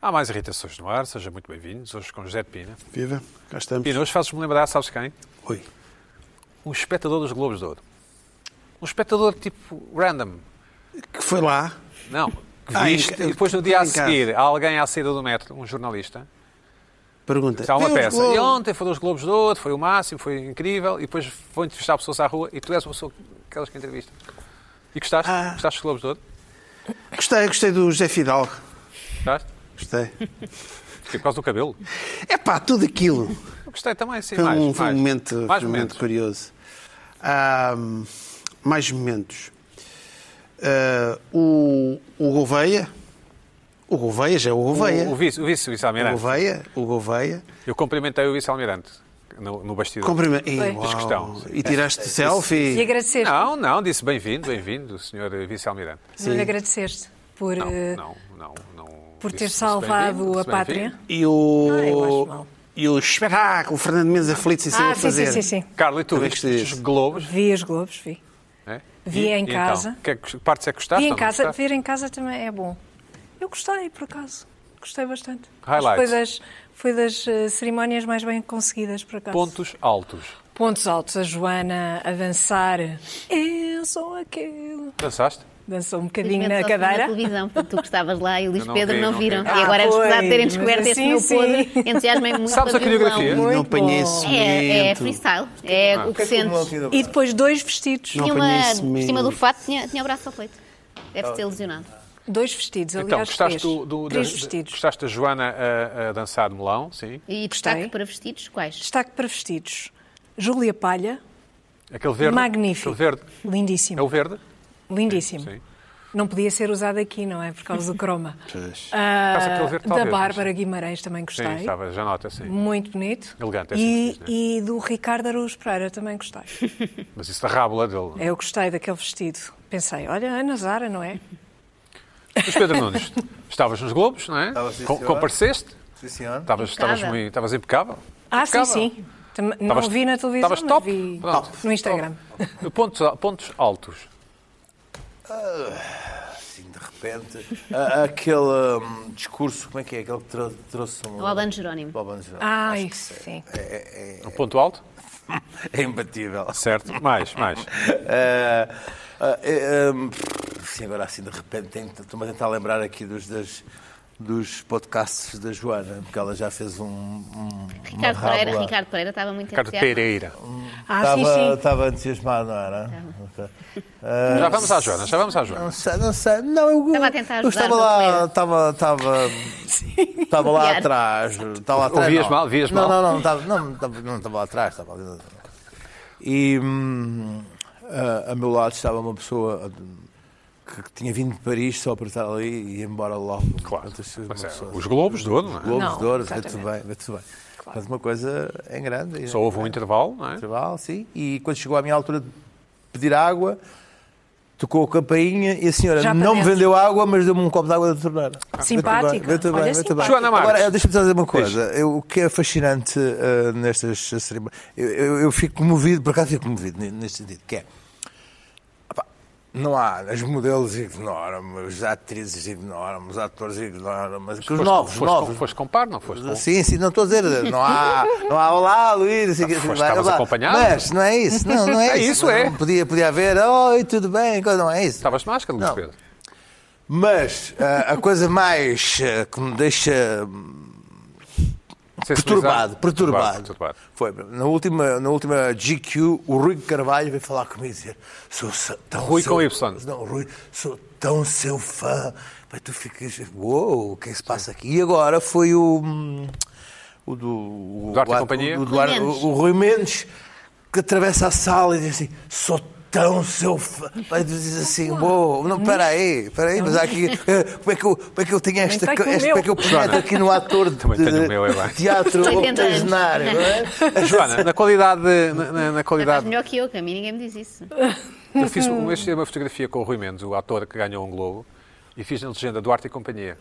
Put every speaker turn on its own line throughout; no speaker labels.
Há mais irritações no ar, sejam muito bem-vindos. Hoje com José de Pina.
Viva, cá estamos.
Pina, hoje fazes-me lembrar, sabes quem?
Oi.
Um espectador dos Globos de Ouro. Um espectador tipo random.
Que foi lá.
Não, que
Ah, em
viste,
ca-
e depois no dia a
em casa.
seguir, há alguém à saída do metro, um jornalista,
Pergunta.
está uma
Vê os
peça.
Globos.
E ontem foram os Globos de Ouro, foi o máximo, foi incrível, e depois vão entrevistar pessoas à rua, e tu és uma pessoa que- aquelas que entrevistam. E gostaste?
Ah.
Gostaste dos Globos de Ouro?
Gostei, gostei do José Fidalgo.
Gostaste?
Gostei.
Fiquei por causa do cabelo.
É pá, tudo aquilo.
Gostei também, sim.
Foi,
mais,
um, foi um
mais.
momento,
mais
foi um momento
momentos.
curioso. Ah, mais momentos. Ah, o, o Gouveia. O Gouveia já é o Gouveia.
O, o vice, o vice, o vice
O
almirante.
Gouveia. O Gouveia.
Eu cumprimentei o vice almirante no, no bastidor.
Cumprimento. Ih,
Pois.
uau.
Diz que estão.
E tiraste
E
selfie.
agradecer.
Não, não, disse bem-vindo, bem-vindo, senhor vice-almirante.
Não lhe agradeceste por,
Não,
eh,
não, não, não.
por
Disse-
ter
disse
salvado
bem-vindo,
a
disse bem-vindo.
pátria.
E o.
Ah, eu acho mal.
e o espetáculo, o Fernando Mendes aflito sem
um
saber
Ah, sim,
fazer.
sim, sim, sim.
Carla, e tu
Também
viste
gostei
os
disso.
globos?
Vi os Globos, vi.
né?
Vi
E-
em
e então,
casa.
que, é que- que partes é que gostaste?
Vi
ou
em
não
casa,
gostaste?
ver em casa também é bom. Eu gostei, por acaso. Gostei bastante. Acho que
Highlights.
Foi das, foi das eh, cerimónias mais bem conseguidas, por acaso.
Pontos altos.
Pontos altos. A Joana a dançar. Eu sou aquele.
Dançaste?
Dançou um bocadinho
Felizmente
na
só se viu
cadeira.
Na televisão, portanto, tu que estavas lá e o Luís
Eu não
Pedro
vi,
não
não
viram.
vi.
E agora,
Ah,
apesar de terem
pois,
descoberto esse
sim,
meu
sim.
podre, entusiasmei-me muito
Sabes
para
a
um
coreografia?
violão.
Não
Muito
apanhei
bom.
esse
É, é
momento.
freestyle. É o que sentes.
E depois dois vestidos.
Não.
Tinha
apanhei
uma,
esse
por cima
momento.
do fato, tinha, tinha o braço ao peito. Deve ter lesionado.
Dois vestidos, aliás,
então, gostaste,
três.
do, do-
três
da-
vestidos.
gostaste da Joana a, a dançar de melão, sim.
Gostei.
E destaque para vestidos, quais?
Destaque para vestidos. Júlia Palha,
Aquele verde.
magnífico.
Aquele verde.
Lindíssimo.
É o verde?
Lindíssimo.
Sim.
Não podia ser usado aqui, não é? Por causa do croma.
Pois.
Ah,
Por causa daquele verde,
da
talvez,
Bárbara Guimarães também gostei. Hum.
Sim, estava, já nota, sim.
Muito bonito.
Elegante, é
e,
simples,
e do Ricardo Araújo Pereira também gostei. É,
Mas isso da rábula dele. é?
Eu gostei daquele vestido. Pensei, olha, Ana Zara, não é?
Mas Pedro Nunes, estavas nos Globos, não é?
Estava, sim,
Com-
senhor.
Compareceste?
Sim, senhor.
Estavas, estavas,
Impecável.
muito- estavas impecável?
Ah, sim,
Impecável.
sim. Tam- Não
Estavas-
vi na televisão,
estavas
mas
top.
vi
Pronto.
no Instagram.
Pontos, al- pontos altos.
Assim, de repente, a- aquele hum, discurso, como é que é? Aquele que trou- trouxe... Um...
O Albano Jerónimo.
O Albano Jerónimo.
Ai, sim.
Um ponto alto?
Ah.
É imbatível.
Certo. Mais, mais.
Ah, ah, eh, hum, sim, agora assim, de repente, tento- estou-me a tentar lembrar aqui dos... das- dos podcasts da Joana, porque ela já fez um. um uma
Ricardo Pereira,
rábula.
Ricardo Pereira estava muito
Ricardo
entusiasmado.
Pereira.
Ah, sim,
Estava,
sim.
estava entusiasmado, não era? Ok. Ah,
Já vamos à Joana, já vamos à Joana.
Não sei, não sei. Não, eu,
Estava a tentar
eu
ajudar,
estava
não
lá,
era?
estava, estava, estava lá
Copiar.
atrás. Estava lá atrás.
Ouvias
não.
mal, vias
não,
mal?
Não, não, estava, não, estava, não, estava lá atrás, estava ali. E hum, a, a meu lado estava uma pessoa que, que tinha vindo de Paris só para estar ali e ir embora logo.
Claro.
Portanto, uma
Mas, é,
pessoa-
os Globos de Ouro, não é?
Globos
Não,
de ouro,
exatamente.
vê-te bem, vê-te bem. Mas uma coisa em grande.
Só houve um intervalo, não é?
Intervalo, sim. E quando chegou à minha altura de pedir água, tocou a campainha e a senhora
Já para
não me
dentro.
vendeu água, mas deu-me um copo de água da torneira.
Simpática.
Muito bem, muito bem,
Olha,
muito
simpática.
bem.
Joana Marques.
Agora, eh, deixa-me só dizer uma coisa. Eu- o que é fascinante eh, nestas cerimônias... Eu, eu- eu fico comovido, por acaso fico comovido ne- neste sentido, que é... Epá, Não há, as modelos ignoram-me, as atrizes ignoram-me, os atores ignoram-me, mas que os novos,
foste,
novos,
Foste com par, não foste com...
Sim, sim, não estou a dizer, não há, não há olá, Luís, assim, assim,
Mas
blá,
estavas
blá.
acompanhado?
Mas não é isso, não, não é,
É isso, é. Tá.
Não podia, podia haver, oi, tudo bem, coisa, não é isso.
Estavas de máscara, Luís
Não.
Pedro?
Mas ah, a coisa mais ah, que me deixa
Sensibilizado?
perturbado, perturbado,
perturbado.
foi na última, na última GQ, o Rui Carvalho veio falar comigo e dizer: sou se- tão
Rui
seu-
com Y.
Não, Rui, sou tão seu fã. Pai, tu ficas, uou, o que é que se passa aqui? E agora foi o. hum, O do. O,
Duarte e
o-
companhia?
o Duarte-
Rui Mendes.
o- o Rui Mendes, que atravessa a sala e diz assim: sou tão seu fã. Pai, tu dizes assim: uou, não, peraí, peraí, mas há aqui. eh, Como é que eu, como é que eu tenho esta.
Nem sei que o
este-
meu.
Como é que eu projeto aqui no ator de,
Também tenho
de-
o meu, é bem.
teatro
80 anos.
octogenário, não é?
Joana, na qualidade... de- Na, na- na
Estás
qualidade...
melhor que eu, que a mim ninguém me diz isso.
Eu fiz um, este é uma fotografia com o Rui Mendes, o ator que ganhou um Globo, e fiz na legenda Duarte e Companhia.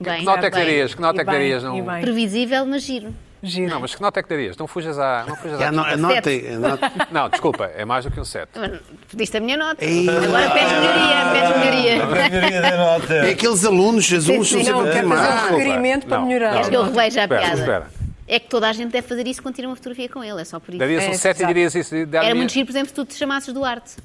Bem,
que nota
está
é que
bem.
darias? Que nota
E
é que
bem,
darias?
e
Não...
bem.
Previsível, mas giro.
Giro.
Não, mas que nota é que darias? Não fujas à. Não, fujas
É,
à...
ano-
não...
anotem, anotem.
desculpa, é mais do que um 7.
Pediste a minha nota. Agora pedes melhoria, pedes melhoria.
Maioria da nota.
É aqueles alunos azuis que
Sim, é
não
sim.
sei
Não,
para
quero fazer um
Desculpa.
requerimento para
é. Não,
melhorar.
não,
Queres que eu
não.
releja a
Espera,
piada?
espera.
É que toda a gente deve fazer isso quando tira uma fotografia com ele, é só por isso.
Darias
É,
um 7 e
exato.
dirias isso.
Era
dar-me-
muito giro, por exemplo, se tu te chamasses Duarte.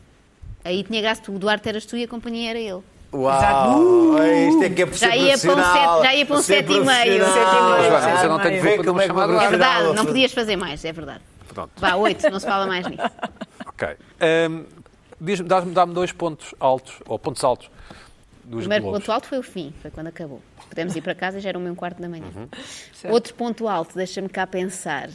Aí tinha graça, tu, o Duarte eras tu e a companhia era ele.
Uau! Isto é que é por ser
Já ia para um
profissional,
sete- já ia para um
ser
sete e meio.
profissional.
Sete e meio.
Mas, Joana, mas eu não tenho
Vê
culpa de
como
me
é que
chamar
o
É
Duarte.
profissional-
verdade, não podias fazer mais, é verdade.
Pronto,
Vá, oito, não se fala mais nisso.
ok. Ahm, diz-me- Dá-me dá-me dois pontos altos, ou pontos altos,
O
dos
primeiro
Globos.
ponto alto foi o fim, foi quando acabou. Podemos ir para casa, já era o meu quarto da manhã.
Uhum.
Outro ponto alto, deixa-me cá pensar.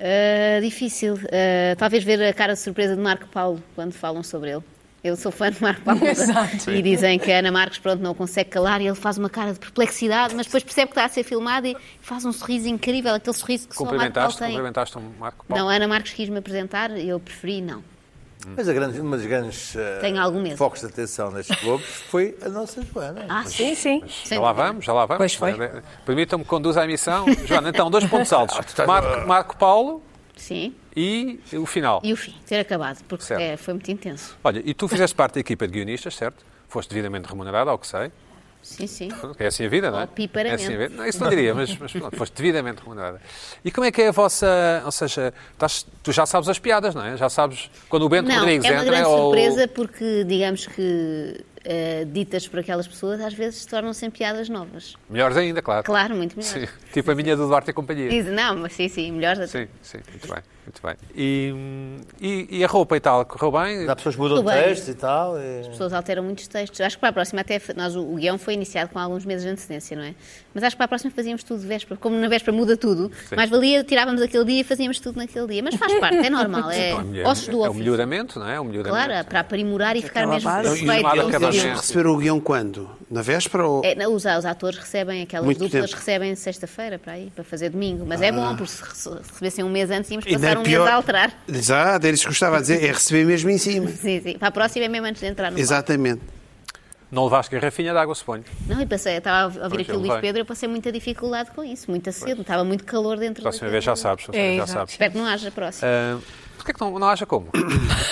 Ah, difícil. Ah, talvez ver a cara de surpresa de Marco Paulo quando falam sobre ele. Eu sou fã de Marco Paulo.
Exato.
E dizem que a Ana Marques pronto, não o consegue calar e ele faz uma cara de perplexidade, mas depois percebe que está a ser filmado e faz um sorriso incrível, aquele sorriso que só o Marco Paulo
Cumprimentaste,
tem.
cumprimentaste um Marco Paulo.
Não, a Ana Marques quis-me apresentar, eu preferi não.
Mas a grande, uma das grandes eh,
Tenho algum medo.
focos de atenção nestes Globos foi a nossa Joana.
Ah,
Sim, sim.
Já lá vamos, já lá vamos.
Pois foi.
Permitam-me que conduza a emissão. Joana, então, dois pontos altos.
Ah,
Marco, Marco Paulo
Sim.
e o final.
E o fim, ter acabado, porque
Certo.
é, foi muito intenso.
Olha, e tu fizeste parte da equipa de guionistas, certo? Foste devidamente remunerado, ao que sei.
Sim, sim.
É assim a vida, não é?
Oh, piparamente.
É assim a vida. Não, isso não diria, mas, mas pronto, foste devidamente remunerada. E como é que é a vossa. Ou seja, estás- tu já sabes as piadas, não é? Já sabes quando o Bento
Não,
Rodrigues
é uma
entra.
grande
ou-
surpresa porque, digamos que, eh, ditas por aquelas pessoas, às vezes tornam-se em piadas novas.
Melhores ainda, claro.
Claro, muito melhor.
Sim. Tipo a minha do Duarte e Companhia.
Diz, não, mas sim, sim, melhores até.
Sim, sim, muito bem, muito bem. E, e, e a roupa e tal, correu bem?
Há pessoas que mudam
Tudo bem.
texto e tal. eh, e-
As pessoas alteram muitos textos. Acho que para a próxima até f- nós o, o guião foi iniciado com alguns meses de antecedência, não é? Mas acho que para a próxima fazíamos tudo de véspera, como na véspera muda tudo. Mais valia tirávamos aquele dia e fazíamos tudo naquele dia. Mas faz parte, é normal, é
Não, é,
ossos do
é o
ofício.
melhoramento, não é? É o melhoramento.
Claro, para aprimorar e ficar
Aquela
mesmo
base.
E
perfeito.
Chamada
como se
cada
diz.
vez.
receberam o guião quando? Na véspera ou...
É, não, os, os atores recebem, aquelas
Muito
duplas
tempo.
recebem sexta-feira para aí, para fazer domingo. Mas é bom, porque se rece- se recebessem um mês antes, íamos
ainda é
passar um mês a alterar.
Exato, era isso que eu estava a dizer, é receber mesmo em cima.
Sim, sim. Para a próxima é mesmo antes de entrar no
Exatamente.
Não levaste garrafinha de água, suponho.
palco. Não, e passei, eu estava a ouvir
Pois,
aquilo
ele
do Luís
vai.
Pedro, eu passei muita dificuldade com isso, muita cedo, estava muito calor dentro
Próxima
daquilo.
vez já sabes, próxima
É,
vez já
exato.
sabes.
Espero que não haja próxima.
Ah, Porquê que não, não haja como?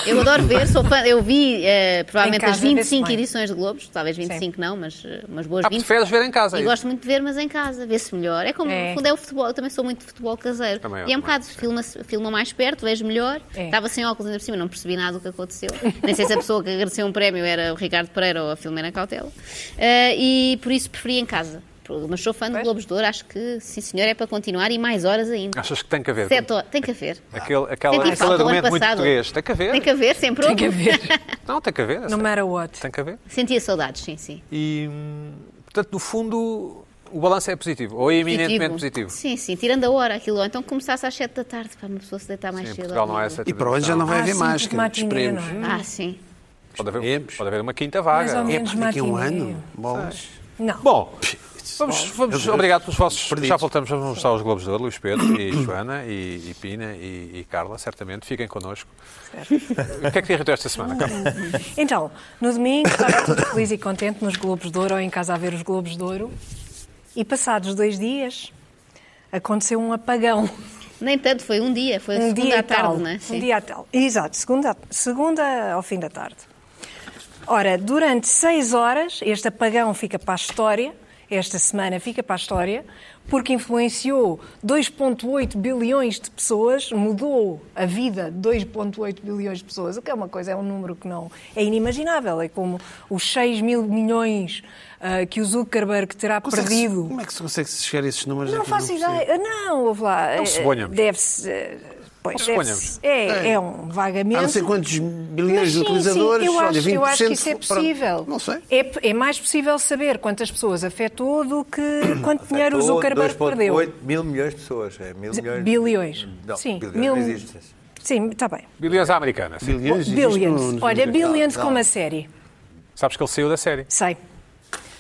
Eu adoro ver, sou fã, eu vi eh, provavelmente
Em casa
as
vê-se
25
bem.
edições de Globos, talvez 25 não, mas eh, umas boas
Ah,
20.
preferes ver em casa.
E
é isso?
gosto muito de ver, mas em casa, vê-se melhor. É como,
É.
no fundo, é o futebol. Eu também sou muito de futebol caseiro.
Também eu,
e é um
também.
bocado, filma, filma mais perto, vejo melhor.
É.
Estava sem óculos ainda por cima, não percebi nada do que aconteceu. Nem sei se a pessoa que agradeceu um prémio era o Ricardo Pereira ou a Filomena Cautela. Eh, e por isso preferi em casa. Mas sou fã de Globos de Ouro, acho que, sim senhor, é para continuar e mais horas ainda.
Achas que tem que haver?
Sete horas, tem que haver.
Aquele, aquela,
Senti
aquele
falta o ano
argumento muito
passado.
português. Tem que haver.
Tem que haver, sempre
Tem que
houve.
haver.
Não, tem que haver. é
No
sério.
matter what.
Tem que haver.
Sentia saudades, sim, sim.
E, hum, portanto, no fundo, o balanço é positivo. Ou é eminentemente positivo.
Sim, sim, tirando a hora aquilo. Ou Então começasse às 7 da tarde para uma pessoa se deitar mais
Sim, em
cedo.
Portugal não é há
ao
essa
domingo.
E para onde já não vai
Ah,
haver
sim,
mais,
tipo
cara.
matiné,
Esperemos.
não é?
Ah, sim.
Pode haver, um-
Esperemos.
pode haver uma quinta
Mais
vaga.
ou
É
menos
pá, daqui a um
matiné.
ano, bolas.
Não.
Bom, vamos, vamos, obrigado pelos vossos.
Perdidos.
Já voltamos, vamos mostrar os Globos de Ouro, Luís Pedro e Joana e, e Pina e, e Carla, certamente. Fiquem connosco. O que é que te irritou esta semana, Carla?
Então, no domingo estava tudo feliz e contente nos Globos de Ouro ou em casa a ver os Globos de Ouro. E passados dois dias aconteceu um apagão.
Nem tanto, foi um dia, foi
um
segunda
dia
à tarde,
tal,
não é?
Um
Sim.
dia à tal. Exato, segunda, segunda ao fim da tarde. Ora, durante seis horas, este apagão fica para a história, esta semana fica para a história, porque influenciou 2,8 bilhões de pessoas, mudou a vida de 2,8 bilhões de pessoas, o que é uma coisa, é um número que não é inimaginável. É como os 6 mil milhões ah, que o Zuckerberg terá
Consegue-se-
perdido.
Como é que se consegue chegar a um esses números?
Não
aqui?
faço
percebo.
ideia. Não, ouve lá. Eh,
suponhamos.
Deve-se. eh, Pois,
suponhamos.
deve-se- é, é um
Há
vagamento.
Ah, não sei quantos bilhões
Mas
de
sim,
utilizadores,
sim, eu,
olha,
acho,
20%.
eu acho que isso é
pronto.
possível.
Não sei.
É, p- é mais possível saber quantas pessoas afetou do que quanto dinheiro o
Afetou
Zuckerberg
2,8
perdeu.
mil milhões de pessoas. É, mil milhões.
Bilhões.
Não,
Sim,
bilhões
mil-
não existem.
Sim, está bem.
Bilhões à americana. sim.
Bilhões existe no-
Billions.
nos
Olha,
números.
billions como a série.
Sabes que ele saiu da série.
Sei.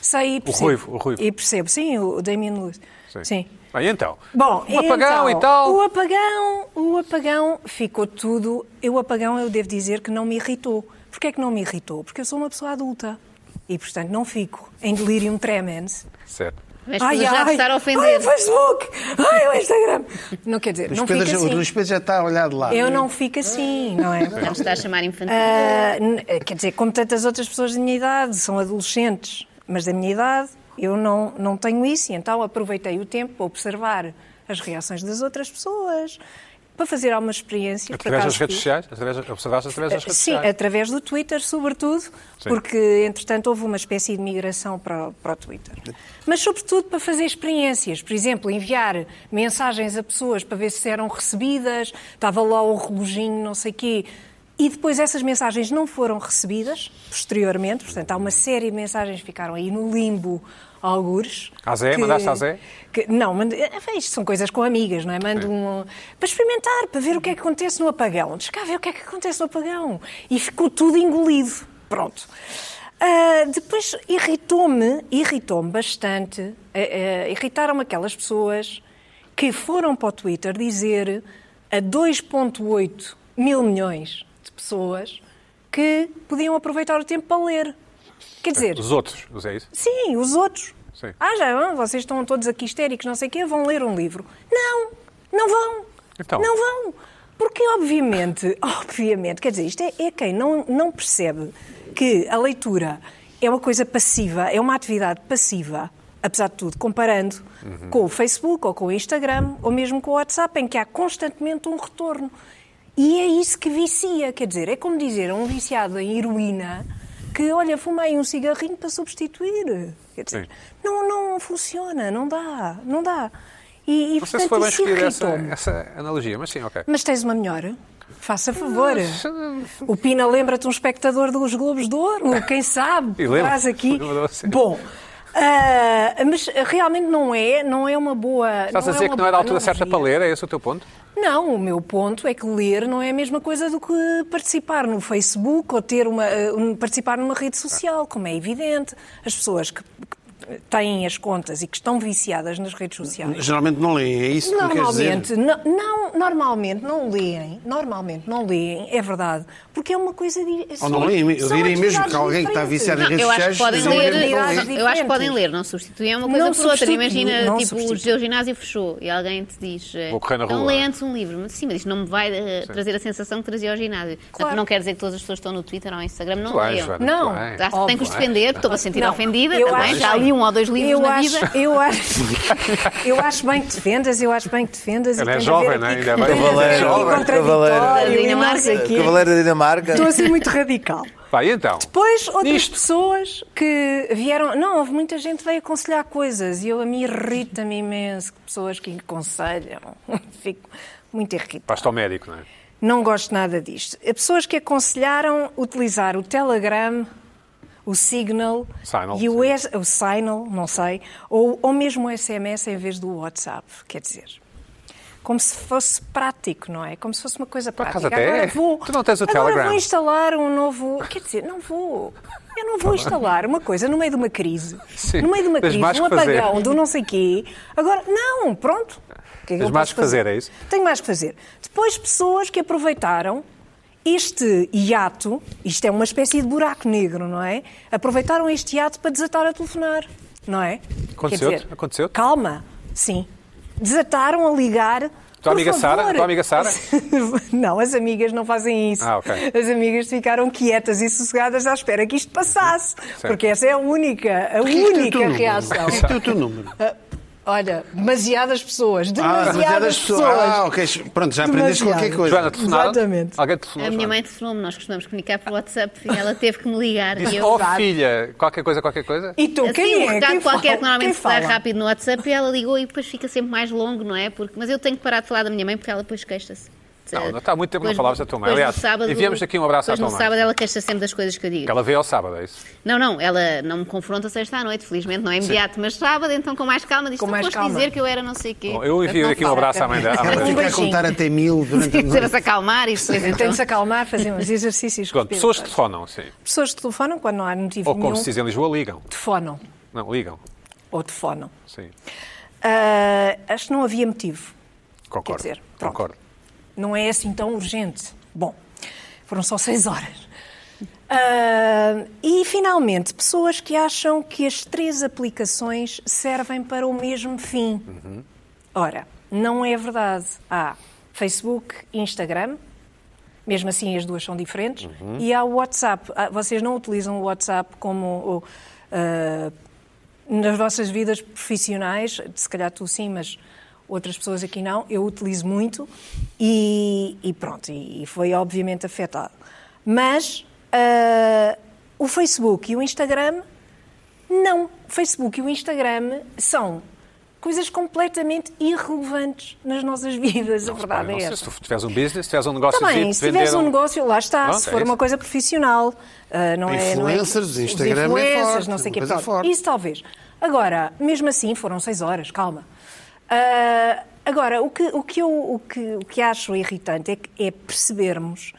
Sei e percebo.
ruivo, o ruivo.
E percebo, sim, o Damien Lewis. sim.
Bem, então.
Bom,
um apagão
então,
e tal.
O apagão, o apagão ficou tudo. Eu, o apagão, eu devo dizer que não me irritou. Porquê é que não me irritou? Porque eu sou uma pessoa adulta. E, portanto, não fico em delirium tremens
Certo.
Mas tu já te estar a
Ai,
ofender.
o Facebook! Ai, o Instagram! Não quer dizer,
Luís
não fica
Pedro já- O Luís
assim.
Pedro já está a olhar de lado.
Eu não fico assim, não é?
Já me está a chamar infantil.
Ah, n- quer dizer, como tantas outras pessoas da minha idade, são adolescentes, mas da minha idade eu não, não tenho isso, e então aproveitei o tempo para observar as reações das outras pessoas, para fazer alguma experiência. por
Através das
acaso
redes
fiz.
sociais? Através, observaste através das redes
Sim, é
sociais?
através do Twitter, sobretudo, porque entretanto houve uma espécie de migração para, o- para o Twitter. Mas sobretudo para fazer experiências, por exemplo, enviar mensagens a pessoas para ver se eram recebidas, estava lá o reloginho, não sei quê. E depois essas mensagens não foram recebidas posteriormente, portanto há uma série de mensagens que ficaram aí no limbo, algures.
À Zé? Mandaste à Zé?
Que- não, mando, é, isto são coisas com amigas, não é? Mando um. Para experimentar, para ver o que é que acontece no apagão. Diz cá ver o que é que acontece no apagão. E ficou tudo engolido. Pronto. Ah, depois irritou-me, irritou-me bastante, ah, ah, irritaram-me aquelas pessoas que foram para o Twitter dizer a 2,8 mil milhões de pessoas que podiam aproveitar o tempo para ler. Quer dizer,
Os outros, não é isso?
Sim, os outros.
Sim.
Ah, já vão, vocês estão todos aqui histéricos, não sei o quê, vão ler um livro. Não, não vão.
Então?
Não vão. Porque, obviamente, obviamente, quer dizer, isto é, é quem não, não percebe que a leitura é uma coisa passiva, é uma atividade passiva, apesar de tudo, comparando
Uhum.
com o Facebook ou com o Instagram ou mesmo com o WhatsApp, em que há constantemente um retorno. E é isso que vicia, quer dizer, é como dizer a um viciado em heroína que, olha, fumei um cigarrinho para substituir. Quer dizer,
Sim.
não, não funciona, não dá, não dá. E, e
Não sei se
portanto,
foi bem
isso
escolhida essa,
irritou-me.
essa analogia, mas sim, ok.
Mas tens uma melhor? Faça favor. O Pina lembra-te um espectador dos Globos de Ouro, quem sabe,
E lembra.
faz aqui.
Lembra-se.
Bom, ah, mas realmente não é, não é uma boa...
Estás a dizer
uma
que não era a
boa
altura certa
analogia.
para ler? É esse o teu ponto?
Não, o meu ponto é que ler não é a mesma coisa do que participar no Facebook ou ter uma, eh, um- participar numa rede social, como é evidente. As pessoas que, que têm as contas e que estão viciadas nas redes sociais.
Geralmente não leem, é isso que tu queres dizer?
Normalmente, não, não- normalmente não leem, normalmente não leem, é verdade, porque é uma coisa de
Ou
são-
não leem, eu
são
diria mesmo que
atividades
alguém que está
diferentes.
viciado em redes
eu acho
sociais...
que podem
são
geralmente
ler,
não
habilidades
leem.
diferentes.
eu acho que podem ler, não substituem é uma coisa
Não
por outra.
substitui,
Imagina,
não
tipo,
substitui.
o teu ginásio fechou e alguém te diz, eh,
Vou correr na
então
rua."
lê antes um livro. Mas sim, mas isto não me vai eh, trazer a sensação que trazia ao ginásio. Portanto, não quer dizer que todas as pessoas que estão no Twitter ou no Instagram, não
Tu és,
leiam.
Joana.
Não.
tu és.
Acho que tem que os defender, estou a sentir
Não,
ofendida,
eu
também,
acho-
já li um ou dois livros
eu
na
acho,
vida.
Eu acho, eu acho bem que defendas, eu acho bem que defendas. e
Ela é
tem de
jovem,
haver
né?
não é?
aqui-
Ainda bem.
tem de haver
Cavaleiro,
aqui
jovem,
contraditório e
cavaleiro.
não sei
Dinamarca.
quê.
Cavaleiro da Dinamarca.
Estou a ser muito radical.
Vai, então.
Depois, outras
Isto.
pessoas que vieram. Não, houve muita gente que veio aconselhar coisas e eu a mim irrita-me imenso que pessoas que aconselham. Fico muito irritada.
Vais-te ao médico, não é?
Não gosto nada disto. Há Pessoas que aconselharam utilizar o Telegram, o Signal
Signal,
e o,
sim.
S- o Signal, não sei, ou, ou mesmo o SMS em vez do WhatsApp, quer dizer. Como se fosse prático, não é? Como se fosse uma coisa prática.
acaso até
agora
é.
vou,
Tu não tens o
agora
Telegram.
vou instalar um novo... Quer dizer, não vou. Eu não vou instalar uma coisa no meio de uma crise.
Tá Sim,
no meio de uma
tens
crise,
mais
um
que fazer.
apagão, do não sei quê. Agora, não, pronto. O que é que
Tens
eu
mais
posso
que fazer, é isso?
tenho mais que fazer. Depois, pessoas que aproveitaram este hiato, isto é uma espécie de buraco negro, não é? Aproveitaram este hiato para desatar a telefonar, não é?
Aconteceu-te?
Quer dizer,
Aconteceu-te?
Calma, sim. Desataram a ligar.
Tua
"Por
amiga Sara?
favor."
Tua amiga Sara?
não, as amigas não fazem isso.
Ah, ok.
As amigas ficaram quietas e sossegadas à espera que isto passasse. Porque essa é a única, a
Quem é tem o teu
única
número?
reação.
Quem é tem o teu número?
Olha, demasiadas pessoas,
Ah,
demasiadas,
demasiadas
pessoas.
Ah, ok. Pronto, já aprendeste qualquer
Demasiadas.
coisa.
Joana, telefonaram?
Exatamente.
Alguém telefonou?
A minha
Joana?
mãe telefonou-me, nós costumamos comunicar por WhatsApp e ela teve que me ligar.
Disse,
e
oh
eu,
filha, qualquer coisa, qualquer coisa?
E tu, quem
assim,
é?
um recado
Quem fala?
qualquer que normalmente
Quem
se dá
fala?
rápido no WhatsApp e ela ligou e depois fica sempre mais longo, não é? Porque, mas eu tenho que parar de falar da minha mãe porque ela depois queixa-se.
Não, não está há muito tempo que não
Depois-
falavas da tua mãe.
depois no
Aliás, enviamos aqui um abraço à tua
depois no
mãe.
sábado ela queixa sempre das coisas que eu digo.
Que ela veio ao sábado, é isso?
Não, não, ela não me confronta sexta à noite, felizmente, não é imediato, mas sábado, então com mais calma, diz
Com
tu
mais
foste
calma.
dizer que eu era não sei quê.
Bom, eu envio
não
aqui um
fala
abraço à mãe
também.
da à mãe da-
Ela
Um
fica a
beijinho.
contar até mil durante a noite.
Dizer-se acalmar e isto depois então.
Tem de se acalmar, fazer uns exercícios.
Pronto, pessoas que
respiratórios.
telefonam, sim.
Pessoas que telefonam quando não há motivo
Ou como
nenhum,
se diz em Lisboa, ligam.
telefonam.
Não, ligam.
Ou telefonam.
Sim,
Ah, acho que não havia motivo.
concordo.
Quer dizer, pronto.
concordo.
Não é assim tão urgente. Bom, foram só seis horas. Ah, e, finalmente, pessoas que acham que as três aplicações servem para o mesmo fim.
Uhum.
Ora, não é verdade. Há Facebook, Instagram, mesmo assim as duas são diferentes,
Uhum.
e há o WhatsApp. Ah, Vocês não utilizam o WhatsApp como o, ah, nas vossas vidas profissionais, se calhar tu sim, mas outras pessoas aqui não, eu utilizo muito e, e pronto, e, e foi obviamente afetado. Mas ah, o Facebook e o Instagram, não. O Facebook e o Instagram são coisas completamente irrelevantes nas nossas vidas, a verdade é
não sei,
essa.
se tu tiveres um business, se tiveres um negócio
Também,
de
se tiveres um negócio, lá está,
Pronto,
se
é
for
isso.
uma coisa profissional, ah, não é- não é...
Influencers,
os
Instagram é
influencers,
forte,
não sei o quê,
uma coisa
pronto.
forte.
Isso talvez. Agora, mesmo assim, foram seis horas, calma. Ah, agora, o que, o, que eu, o, que, o que acho irritante é, que- é percebermos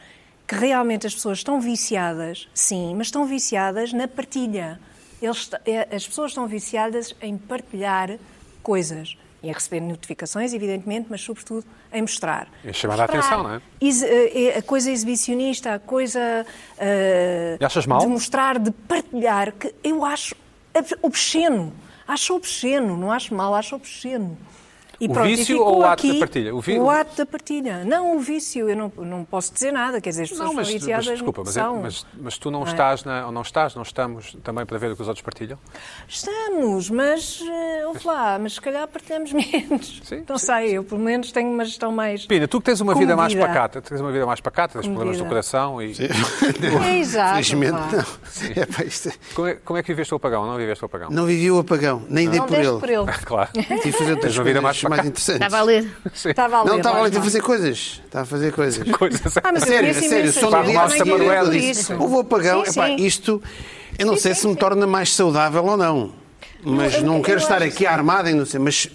que realmente as pessoas estão viciadas, sim, mas estão viciadas na partilha. Eles t- é, as pessoas estão viciadas em partilhar coisas. E a receber notificações, evidentemente, mas sobretudo em mostrar.
Em chamar a atenção, não é?
Ex- eh, eh, a coisa exibicionista, a coisa eh,
E achas mal?
de mostrar, de partilhar, que eu acho ob- obsceno. Acho obsceno, não acho mal, acho obsceno. E
O
e
vício
ficou
ou o ato
aqui
da partilha? O
O,
vi-
ato da partilha. Não, o vício, eu não, não posso dizer nada, quer dizer, as pessoas
Não, mas,
estão
mas
viciadas
desculpa, mas, é-
são.
mas, mas tu não,
Não é?
estás, na, ou não estás, não estamos também para ver o que os outros partilham?
Estamos, mas, eh, ouve lá, mas se calhar partilhamos menos.
Sim,
não
sim,
sei, eu pelo menos tenho uma gestão mais...
Pina, tu que tens uma vida mais
Comovida.
pacata, tens uma vida mais pacata, tens problemas do
Comovida.
coração e...
É, exato,
Felizmente
pá.
não. É, pá, isto é-
Como é, como é que viveste o apagão? Não viveste o apagão?
Não vivi o apagão, nem dei
Não
por
deste
ele.
por ele.
Claro.
Tive de fazer outras
Tens uma vida
coisas
mais
mais,
pacata.
interessantes.
Estava a ler.
Então- Estava a ler,
Não, estava ali
lá
a fazer coisas. Estava a fazer coisas.
Coisas.
Ah, mas eu
Sério,
conheço
sério,
imensa
só
gente
no dia a
também que
seguir
vive por
eu
isso.
Houve o apagão,
Sim,
epá,
sim.
isto, eu não sei se me torna mais saudável ou não, mas
Eu- eu-
não
eu
quero estar
acho
aqui armado e não sei, mas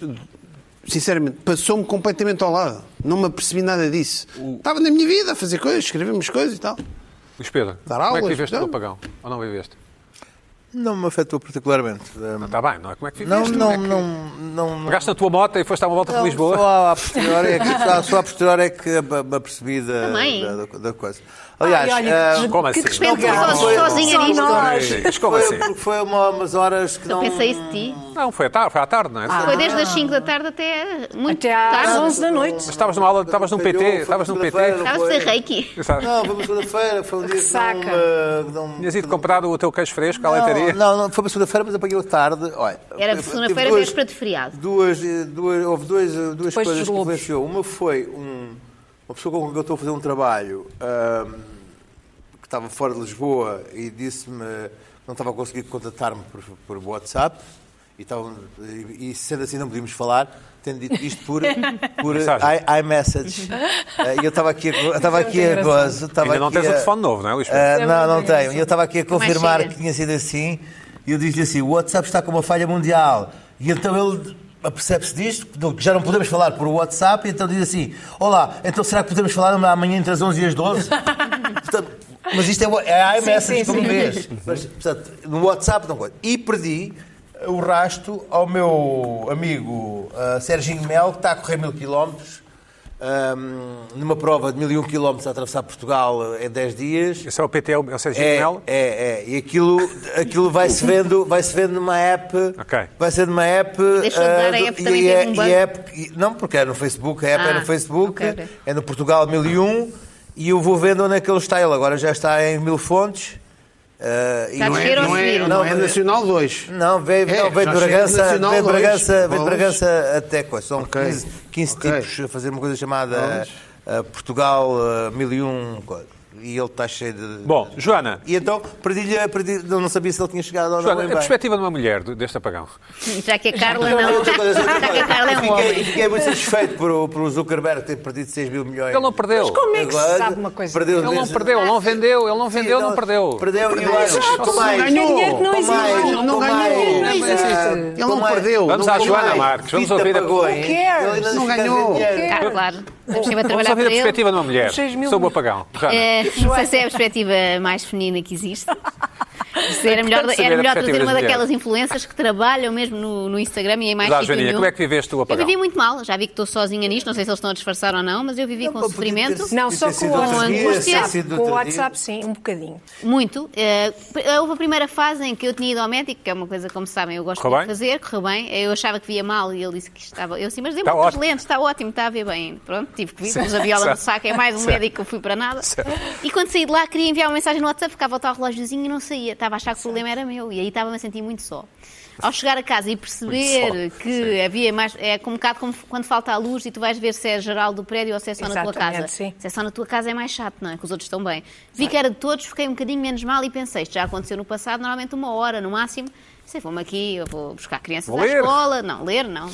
sinceramente, passou-me completamente ao lado. Não me apercebi nada disso. Estava na minha vida a fazer coisas, escrevemos coisas e tal.
Luís Pedro,
Dar
como é que
aulas,
viveste o
não?
apagão? Ou não viveste?
Não me afetou particularmente. Um,
Está bem, não é? Como é que
Não,
viveste? Como é
não,
que-
não, não, não.
Pegaste na tua moto e foste dar uma volta por
Não,
Lisboa?
Só à posterior é que, só, só à posterior é que me apercebi da,
Também.
da, da- da coisa. Aliás,
Ai, olha,
ah,
que
como
que
assim?
Espero que
despegar.
vós
Foi-
sozinha
Só
nisto.
nós.
Mas como
foi, um,
assim?
foi uma, umas horas que
Eu
não.
pensei Então isso de ti.
Não, foi à tarde, foi à tarde, não é?
Ah.
Foi desde as 5 da tarde até muito
Até às
tarde.
11 da noite.
Mas estavas numa aula, estavas num PT,
Calhou, foi
estavas num PT.
segunda-feira,
Estavas a
foi-
ser reiki.
Sabe?
Não, foi uma segunda-feira, foi um dia que não,
Ressaca.
me- que não.
Tinhas ido comprar o teu queijo fresco à
não,
leitaria?
não, não, foi uma segunda-feira, mas apanhou tarde. Olha,
Era
eu- eu
segunda-feira,
tive duas-
véspera de feriado.
Duas, eh, duas, houve duas, eh, duas
Depois
coisas
dos
que
Globos.
influenciou. Uma foi um, uma pessoa com quem eu estou a fazer um trabalho ahm, que estava fora de Lisboa e disse-me que não estava a conseguir contactar-me por, por WhatsApp e, estava, e, e sendo assim não podíamos falar. Tendo dito isto por, por
Mensagem.
i- iMessage. Eh, E eu estava aqui a, eu estava aqui a
é engraçado.
gozo. estava
Ainda não
aqui
tens o
a-
telefone novo, não é, Luís?
ah,
Isso é
não,
muito
não tenho.
engraçado.
E eu estava aqui a
mais
confirmar
chega.
que tinha sido assim e eu disse-lhe assim: o WhatsApp está com uma falha mundial. E então ele apercebe-se disto, que não- que já não podemos falar por WhatsApp, e então diz assim: Olá, então será que podemos falar amanhã entre as 11 e as 12? Portanto, mas isto é, o- é a
Sim, sim,
iMessage, como
sim.
vês. Mas, portanto, no WhatsApp não coisa. E perdi o rasto ao meu amigo ah, Serginho Mel, que está a correr mil quilómetros. ahm, numa prova de 1001 quilómetros a atravessar Portugal eh, em 10 dias
Esse é o PT, é o Sérgio
é,
Mel?
É, é. E aquilo, aquilo vai-se vendo, vai -se vendo numa app.
Ok.
Vai ser numa app.
Deixa eu
ah,
dar, a
do-
app
e,
também
e-
teve um
e
banco.
app- e- Não, porque é no Facebook, a app é
Ah,
no Facebook,
ok, ok.
é no Portugal 1001 e eu vou vendo onde é que ele está. Ele agora já está em mil fontes. ah, e
Está a
não
Não
é-
é,
Cheiro
não é,
ao
não
fio.
é Nacional 2.
não, veio,
É,
não, veio de
já chegou
Bragança,
nacional
veio de
dois,
Bragança, veio de
dois.
Bragança até coisa. São
Ok,
15, 15
ok.
tipos a fazer uma coisa chamada
Dois.
ah, Portugal ah, 1001 coisa. E ele está cheio de.
Bom, Joana,
E então perdi-lhe, perdi, não não sabia se ele tinha chegado ou não.
Joana,
bem,
a
bem.
perspectiva de uma mulher do- deste apagão.
Já que a Carla
Não,
não.
outra coisa, outra
Já que a Carla é
coisa.
um
Fiquei,
homem.
fiquei muito satisfeito por, o- por o Zuckerberg ter perdido 6 mil milhões.
Ele não perdeu.
Como é que se
Agora,
sabe uma coisa?
Perdeu
Ele não
desde-
perdeu, ele não vendeu, ele não
Sim,
vendeu, não perdeu.
Perdeu, eu acho.
Exato,
Com mais-
ganhou.
com
Dinheiro que não
mais-
existe.
com
Não
mais-
ganhou.
com
Não
mais-
existe. Ele não
com mais-
perdeu.
Vamos à
com
Joana
mais
Marques, vamos
20
ouvir a-
apagões,
Who cares?
ele ainda
Não
fica a
ganhou.
vender.
Who cares?
Ah, claro. Estamos sempre a
Vamos ouvir
trabalhar
a
para ele.
perspectiva de uma mulher
Os seis mil
sobre o
mil-
apagão. Joana,
É, não sei se é a perspectiva mais feminina que existe. Isso Era melhor,
saber
era
a
melhor tu
perspectiva
ter uma
das
daquelas influências que trabalham mesmo no, no Instagram e em mais
Mas, ah,
sítio
Joaninha,
nenhum.
como é que viveste tu o
Eu
apagão?
vivi muito mal, já vi que estou sozinha nisto, não sei se eles estão a disfarçar ou não, mas eu vivi com sofrimento.
Não, só com o
WhatsApp,
angústia. Com o WhatsApp, sim, um bocadinho.
Muito. Eh, p- houve a primeira fase em que eu tinha ido ao médico, que é uma coisa, como sabem, eu gosto
Correu
de
bem?
fazer, correu bem. Eu achava que via mal e ele disse que estava. Eu assim, mas deu
Está
muitas
Tá ótimo.
lentes, está ótimo, está a ver bem. Pronto, tive que vir,
Sim.
pus a viola no
Certo.
saco, é mais um
Certo.
médico que eu fui para nada. E quando saí de lá, queria enviar uma mensagem no WhatsApp, ficava a botar o relógiozinho e não saía. Estava a achar que o problema era meu e aí estava-me a sentir muito só. Ao chegar a casa e perceber
Muito só.
que
Sim.
havia mais. É como um bocado como quando falta a luz e tu vais ver se é geral do prédio ou se é só na tua
Exatamente,
casa.
sim.
Se é só na tua casa é mais chato, não é? Que os outros estão bem. Vi que era de todos, fiquei um bocadinho menos mal e pensei, isto já aconteceu no passado, normalmente uma hora no máximo. Sei, vou-me aqui, eu vou buscar crianças
Vou
à
ler.
escola. Não, ler não.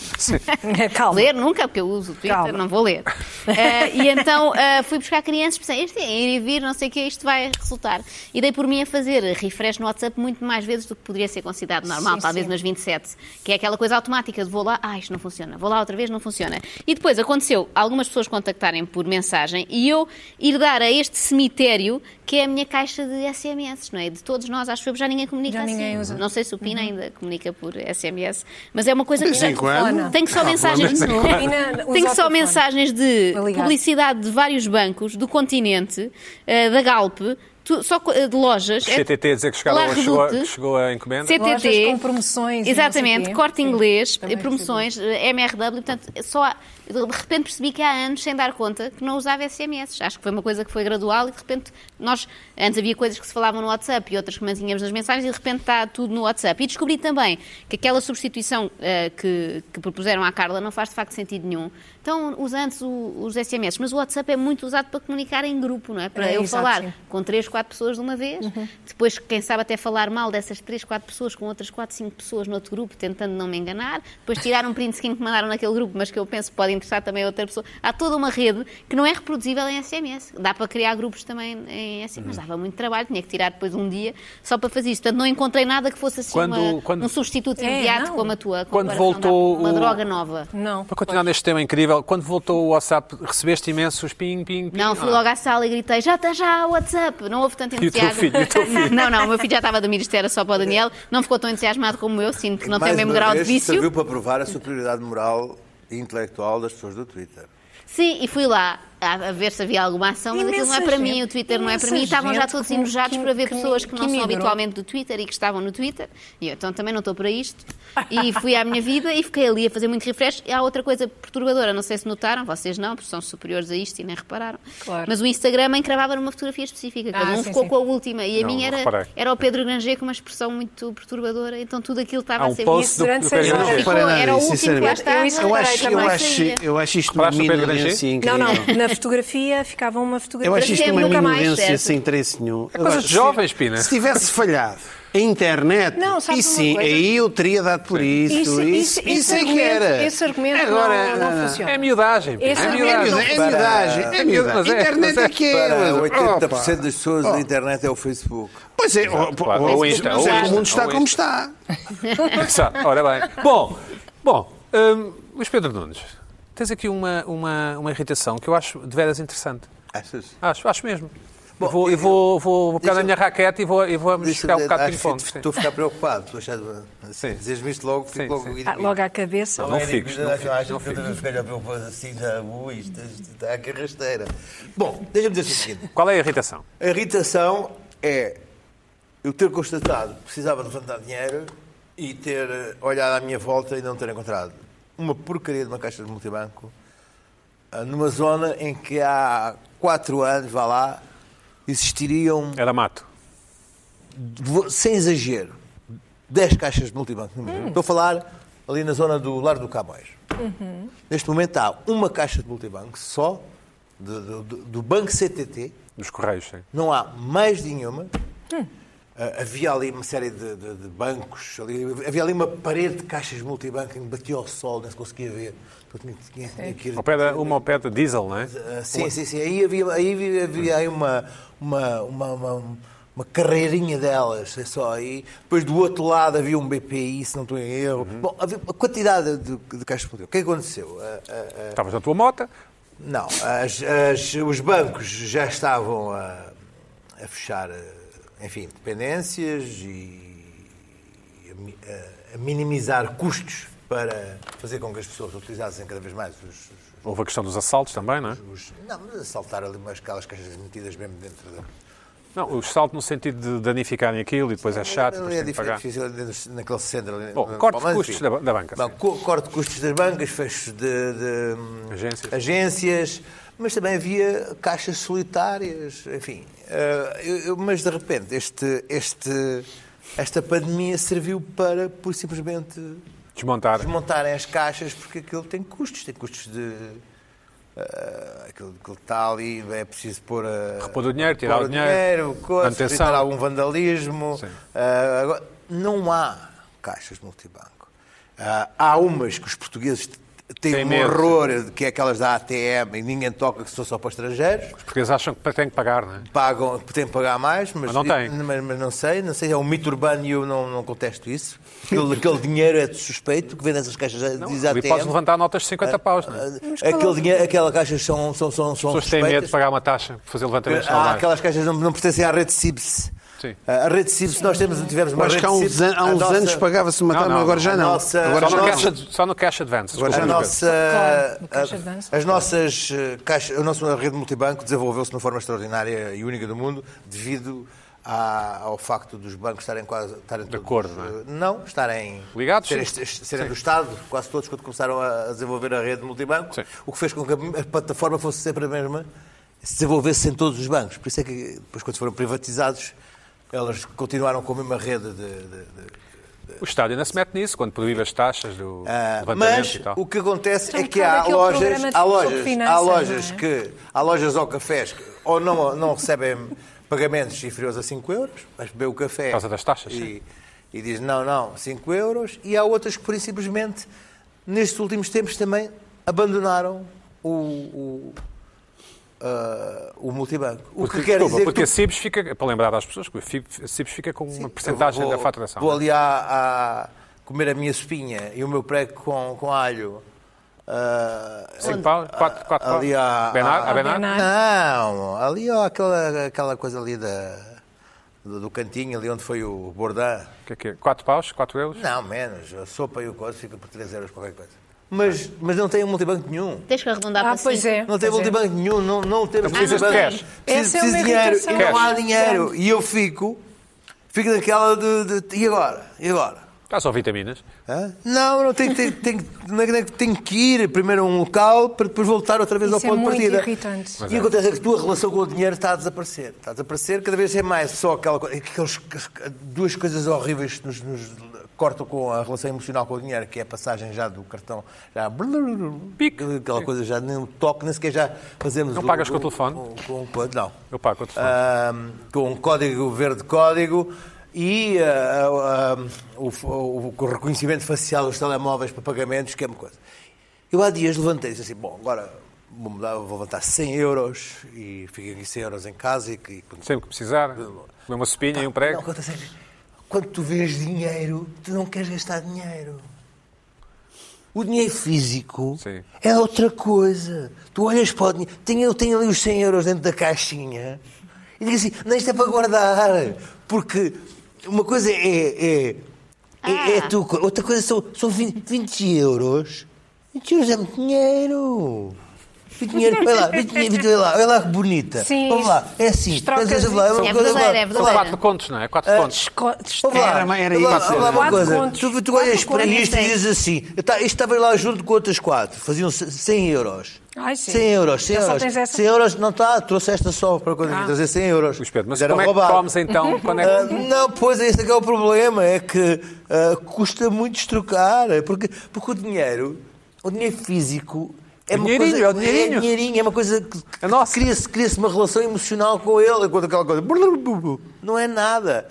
Calma.
Ler nunca, porque eu uso o Twitter,
Calma.
não vou ler. Eh, e então eh, fui buscar crianças, pensei, este é ir e vir, não sei o que, isto vai resultar. E dei por mim a fazer refresh no WhatsApp muito mais vezes do que poderia ser considerado normal,
Sim,
talvez
sim.
nas 27, que é aquela coisa automática de vou lá, ah, isto não funciona, vou lá outra vez, não funciona. E depois aconteceu algumas pessoas contactarem por mensagem e eu ir dar a este cemitério que é a minha caixa de SMS, não é? De todos nós, acho que já ninguém comunica
Já
assim.
ninguém usa. Uhum.
Não sei se o Pina ainda comunica por SMS, mas é uma coisa
De
que
vez em
já-
quando.
Tenho só mensagens de novo.
Pina, usa
Tenho
o
só
telefone.
mensagens de
Para ligar.
publicidade de vários bancos, do continente, eh, da Galp, tu- só co- eh, de lojas. É-
CTT a dizer que chegaram
La
hoje, chegou,
Redoute.
chegou a encomenda.
Lojas
CTT.
com promoções e não
Exatamente,
sei quê.
corte inglês,
também
promoções, eh, MRW, portanto, só há- de repente percebi que há anos, sem dar conta, que não usava SMS. Acho que foi uma coisa que foi gradual e de repente nós, antes havia coisas que se falavam no WhatsApp e outras que mantínhamos nas mensagens e de repente está tudo no WhatsApp. E descobri também que aquela substituição eh, que, que propuseram à Carla não faz de facto sentido nenhum. Então, usando os SMS, mas o WhatsApp é muito usado para comunicar em grupo, não é? Para
É,
eu
exato,
falar
sim.
com três, quatro pessoas de uma vez,
Uhum.
depois, quem sabe, até falar mal dessas três, quatro pessoas com outras quatro, cinco pessoas noutro grupo, tentando não me enganar, depois tirar um print screen que mandaram naquele grupo, mas que eu penso que pode interessar também a outra pessoa. Há toda uma rede que não é reproduzível em SMS. Dá para criar grupos também em SMS,
Uhum.
mas dava muito trabalho, tinha que tirar depois um dia só para fazer isso. Portanto, não encontrei nada que fosse assim
Quando-
uma-
quando-
um substituto
É,
imediato
não.
como a tua.
Quando
comparação,
voltou
dá- uma
o-
droga nova.
Não.
Para continuar neste tema incrível, quando voltou o WhatsApp, recebeste imensos ping, ping, ping.
Não, fui logo à sala e gritei, já está já, WhatsApp. Não houve tanto
teu
entusiasmo.
filho? E o teu filho?
Não, não, o meu filho já estava a dormir, isto era só para o Daniel. Não ficou tão entusiasmado como eu, sinto que não tem
Mais
o mesmo
uma
grau de
vez,
vício.
Serviu para provar a superioridade moral e intelectual das pessoas do Twitter.
Sim, e fui lá a a ver se havia alguma ação, mas aquilo não é
Imensa
para
gente,
mim, o Twitter não é para
imensa
mim. Estavam já
gente
todos
que-
enojados
que-
para ver
que-
pessoas que não
que
são
migrou.
habitualmente do Twitter e que estavam no Twitter. E eu, então também não estou para isto. E fui à minha vida e fiquei ali a fazer muito refresh. E há outra coisa perturbadora, não sei se notaram, vocês não, porque são superiores a isto e nem repararam.
Claro.
Mas o Instagram encravava numa fotografia específica, cada
Ah,
um
sim,
ficou
sim.
com a última. E a
Não,
minha
não
era,
reparei.
era o Pedro Granger com uma expressão muito perturbadora, então tudo aquilo estava
Há
a
um
ser
post
visto.
do,
durante
do
seis
Pedro
horas.
não
Granger.
Ficou-
reparei nada
era o
nisso,
último que lá
sinceramente.
estava.
isso
Eu
reparei
acho, eu
também. é
acho,
Saía.
eu acho isto uma
Reparaste no Pedro
minudência
Granger?
incrível.
Não, não, na fotografia ficava uma fotografia.
Eu acho isto uma
Nunca mais,
minudência
certo.
sem interesse nenhum. É
coisa de jovens, Pina.
Se tivesse falhado a internet,
Não, sabes
e
uma
sim,
coisa?
aí eu teria dado por isso. Isso,
Isso- isso-
isso,
esse
é que
argumento-
era.
esse argumento
Agora,
não- não funciona.
É miudagem. Pina,
Esse
é
É
argumento
miudagem.
miudagem, é miudagem, é miudagem.
Mas é, mas
Internet
é
é que é.
Para
mas-
80%
opa. Oh.
das pessoas da internet é o Facebook.
Pois é, ó, pô,
claro.
ó,
Ou
mas
Insta,
é
ou
que o mundo
Insta,
está
ou então.
como
Insta.
está.
Exato, ora bem. Bom, bom hum, Luís Pedro Nunes, tens aqui uma, uma, uma irritação que eu acho de veras interessante.
Achas?
Acho, acho mesmo.
Bom,
eu vou, eu
eu-
vou, vou, vou pegar na
Deixa-
minha raquete e vou, e vou
Deixa-
jogar um bocado de
é- acho que
ping-pong. sim.
Estou a ficar preocupado. Estou a achar-
Sim.
Se dizes-me isto logo,
Sim,
fico logo
sim.
Ah, logo à cabeça.
Não fiques, não fiques,
Acho
não
que eu também fiquei a preocupado assim, já, ui, isto isto está aqui a rasteira. Bom, deixa-me dizer o seguinte.
Qual é a irritação?
A irritação é eu ter constatado que precisava de levantar dinheiro e ter eh, olhado à minha volta e não ter encontrado uma porcaria de uma caixa de multibanco ah, numa zona em que há quatro anos, vá lá, existiriam,
Era mato.
vou- sem exagero, 10 caixas de multibanco. no mínimo. Estou a falar ali na zona do Lar do Camões. Neste momento há uma caixa de multibanco só, de- do- do- do Banco CTT,
Nos Correios, sim.
não há mais nenhuma. Ah, havia ali uma série de, de- de bancos, ali- havia ali uma parede de caixas multibanco que me batia ao sol, nem se conseguia ver. Então, tinha- tinha- tinha que ir-
Ao pé da- uma ao pé da diesel, não é?
ah, sim, sim, sim. Aí havia, aí havia, havia aí uma, uma, uma, uma, uma carreirinha delas, é só aí. Depois do outro lado havia um BPI, se não estou em erro. Bom, havia uma quantidade de, de caixas multibanco. O que é que aconteceu? Ah, ah, ah,
Estavas na tua moto,
não, as- as- os bancos já estavam a, a fechar eh, enfim, dependências e a mi- ah, a, a minimizar custos para fazer com que as pessoas utilizassem cada vez mais os, os-
Houve a questão dos assaltos também, não é?
os- não, mas assaltar ali umas aquelas caixas metidas mesmo dentro da,
Não, o assalto no sentido de danificarem aquilo e depois é chato, depois
é
tem que
difícil,
pagar.
difícil dentro- naquele centro. ali.
Bom, corte de
mas,
custos
enfim.
da ba- da banca,
Bom,
sim.
co- corte de custos das bancas, fecho de, de, hum,
Agências.
agências, mas também havia caixas solitárias, enfim. Ah, eu- eu- mas de repente, este, este, esta pandemia serviu para, por simplesmente,
Desmontar.
desmontarem as caixas, porque aquilo tem custos, tem custos de. ah, aquilo, aquilo está ali, é preciso pôr a.
Repor o dinheiro, tirar
pôr
o dinheiro,
coisas,
manutenção.
evitar algum vandalismo.
Sim.
Ah, agora, não há caixas de multibanco. Ah, há umas que os portugueses t- têm
Tem
um
medo.
horror, de que é aquelas da ATM e ninguém toca, que são só para estrangeiros.
Os portugueses acham que têm que pagar, não é?
Pagam, têm que pagar mais,
Mas
mas,
não têm.
mas- mas não sei, não sei, é um mito urbano e eu não, não contesto isso. Aquele, aquele dinheiro é de suspeito que vem nessas caixas de diz
Ali
ATM.
podes levantar notas de 50
Ah,
paus, não é? As
Aquele dinheiro, aquela caixas são, são, são, são
pessoas têm medo
suspeitas.
de pagar uma taxa por fazer levantamentos
Há
saudáveis.
aquelas caixas que não, não pertencem à rede CIBS.
Sim.
A rede CIBS, nós temos, tivemos uma
Acho
rede
que há uns,
CIBS,
an- há
a
uns
nossa-
anos pagava-se uma
Não,
taxa,
não,
agora já
a
não.
nossa-
Agora
Só
já
no,
Agora
não.
cash, só no cash advance.
A
desculpa, Pedro.
nossa,
Claro, no Caixa
a-
Advance.
as nossas eh, caixas, a nossa rede multibanco desenvolveu-se de uma forma extraordinária e única do mundo devido à- ao facto dos bancos estarem quase estarem de
acordo, não é?
não, não estarem
Ligados,
serem,
sim.
est- serem do Estado quase todos quando começaram a a desenvolver a rede multibanco,
Sim.
o que fez com que a a plataforma fosse sempre a mesma, se desenvolvesse em todos os bancos. Por isso é que depois quando foram privatizados elas continuaram com a mesma rede de- de- de
O Estado ainda se mete nisso, quando proíbe as taxas do
ah,
levantamento
mas
e tal.
o que acontece
Isto é um
é que
bocado
há
aquele
lojas,
programa de
há lojas,
finanças,
há lojas
não é?
que há lojas ou cafés que ou não, não recebem pagamentos inferiores a 5 euros, vais beber o café
Por causa das taxas, sim.
e, e diz não, não, 5 euros, e há outras que por isso simplesmente nestes últimos tempos também abandonaram o, o, ah, o multibanco. O que quer
Desculpa,
dizer
porque
que
a CIBS fica, para lembrar às pessoas, que a FIB- a CIBS fica com uma porcentagem
Eu vou-
da faturação. é?
Vou ali a, comer a minha sopinha e o meu prego com, com alho. ah,
Cinco paus, quatro, quatro paus.
ali há-
Benar,
há-
a Benar?
Benar.
Não, ali ó, aquela, aquela coisa ali da, do, do cantinho, ali onde foi o Bordá.
O que é que é? Quatro paus, quatro euros?
Não, menos. A sopa e o coisa fica por 3 euros, qualquer coisa. Mas, mas não tem um multibanco nenhum.
Tens que arredondar
Ah,
para
pois
cinco.
é.
Não tem
pois é.
multibanco nenhum, não, não temos
Ah, Não precisas de
multibanco.
cash.
Preciso,
Essa é
preciso de
uma
dinheiro
irritação.
e não há
Cash.
dinheiro. E eu fico, fico naquela de, de- E agora? E agora?
Ah, só vitaminas.
Hã? Não, não tenho, tenho, tenho, não é que- não é que tenho que ir primeiro a um local para depois voltar outra vez
Isso
ao
é
ponto
muito
de partida.
irritante.
Mas
E
é.
acontece é que a tua relação com o dinheiro está a desaparecer. Está a desaparecer, cada vez é mais só aquela coisa. Aqueles, duas coisas horríveis que nos, nos cortam com a relação emocional com o dinheiro, que é a passagem já do cartão. Já,
Pique.
Aquela coisa já nem o toque, nem sequer já fazemos.
Não
o-
pagas com o telefone?
Com, com, com, não.
Eu pago outro telefone.
Ah, com um código verde código e ah, ah, o, o- o reconhecimento facial dos telemóveis para pagamentos, que é uma coisa. Eu há dias levantei e disse assim, bom, agora vou mudar, vou levantar 100 euros e fico aqui 100 euros em casa e que... e quando-
Sempre que precisar, comer uma sopinha e um
Não,
prego.
acontece é que quando tu vês dinheiro, tu não queres gastar dinheiro. O dinheiro físico
Sim.
é outra coisa. Tu olhas para o dinheiro. Tenho, eu tenho ali os 100 euros dentro da caixinha e digo assim: não, isto é para guardar. Porque uma coisa é. é, é, é
Ah.
a tua co- outra coisa são, são 20, 20 euros. 20 euros é muito dinheiro. 20 dinheiro, olha lá, 20, dinheiro, 20, olha lá, olha lá que bonita.
Sim,
Vamos lá, é assim.
as trocas
Quer dizer, vamos lá,
isso.
uma
É
coisa-
verdadeiro, é
São
Olha.
quatro contos, não é?
Ah,
Quatro contos.
Esco-
Vamos lá,
Era uma- era
vamos lá,
isso,
vamos lá uma
Quatro
coisa.
contos.
Tu, tu
Quatro
olhas para
contos. é
isto e dizes assim: eu ta- isto estava lá junto com outras quatro, faziam c- 100 euros.
Ai, sim.
100 euros, 100
Então só
euros.
tens essa?
100 euros não está, trouxe esta só para quando ah. trazer 100 euros.
Luís Pedro, mas
Era
como é que
roubado.
comes então? Quando é que-
Ah, não, pois é, esse é que é o problema, é que ah, custa muito destrocar, é porque, porque o dinheiro, o dinheiro físico. É uma
Dinheirinho,
coisa,
é o dinheirinho.
É, dinheirinho, é uma coisa que
É nosso.
cria-se cria-se uma relação emocional com ele, enquanto aquela coisa. Não é nada.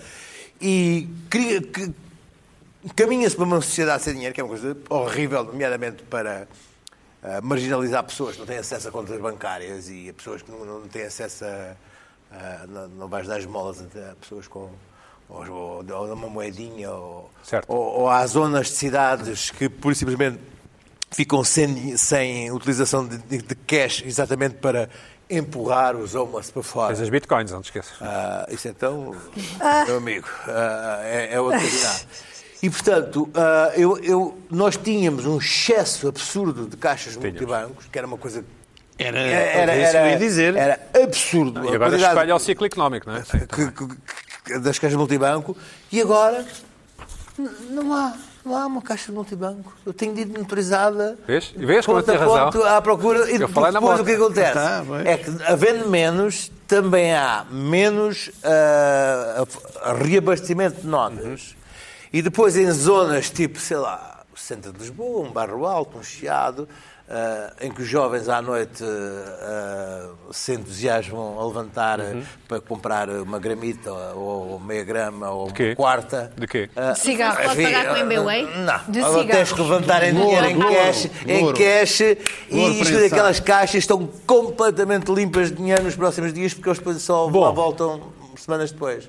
E cria, que- caminha-se para uma sociedade sem dinheiro, que é uma coisa horrível, nomeadamente para ah, marginalizar pessoas que não têm acesso a contas bancárias e a pessoas que não, não têm acesso a. a- não, não vais dar esmolas a, a pessoas com. Ou, ou, ou uma moedinha, ou,
Certo.
ou, ou há zonas de cidades que, por simplesmente, ficam sem, sem utilização de, de- de cash exatamente para empurrar os homeless para fora.
Tens as bitcoins, não te esqueças.
Ah, isso então, meu amigo, ah, é, é outra idade. E, portanto, ah, eu, eu- nós tínhamos um excesso absurdo de caixas multibancos, que era uma coisa...
Era,
É,
Era,
isso que eu ia
era-
dizer.
era absurdo.
E
A
agora
quantidade-
espalha o ciclo económico, não é? Sim.
que- que- que- das caixas de multibanco e agora n- não há, não há uma caixa de multibanco. Eu tenho de ir monitorizada.
Vês? E vês como eu
ponto a
tenho razão?
ponto, À procura, e
Eu falei na
depois
moto.
o que acontece?
Ah, tá, pois.
é que havendo menos, também há menos ah, a- a reabastecimento de notas.
Uhum.
E depois em zonas tipo, sei lá, o centro de Lisboa, um barro alto, um chiado, ah, em que os jovens à noite ah, se entusiasmam a levantar ah,
Uhum.
para comprar uma gramita ou, ou meia grama ou
quê?
uma quarta.
De quê?
Ah,
Cigarro.
Posso pagar com
ah,
MBWay?
De
Não, agora tens
cigarros.
que levantar em
Louro,
dinheiro, em
louro,
cash, em
louro.
cash
Louro
e isto
prensado.
daquelas caixas estão completamente limpas de dinheiro nos próximos dias porque eles depois só lá voltam semanas depois.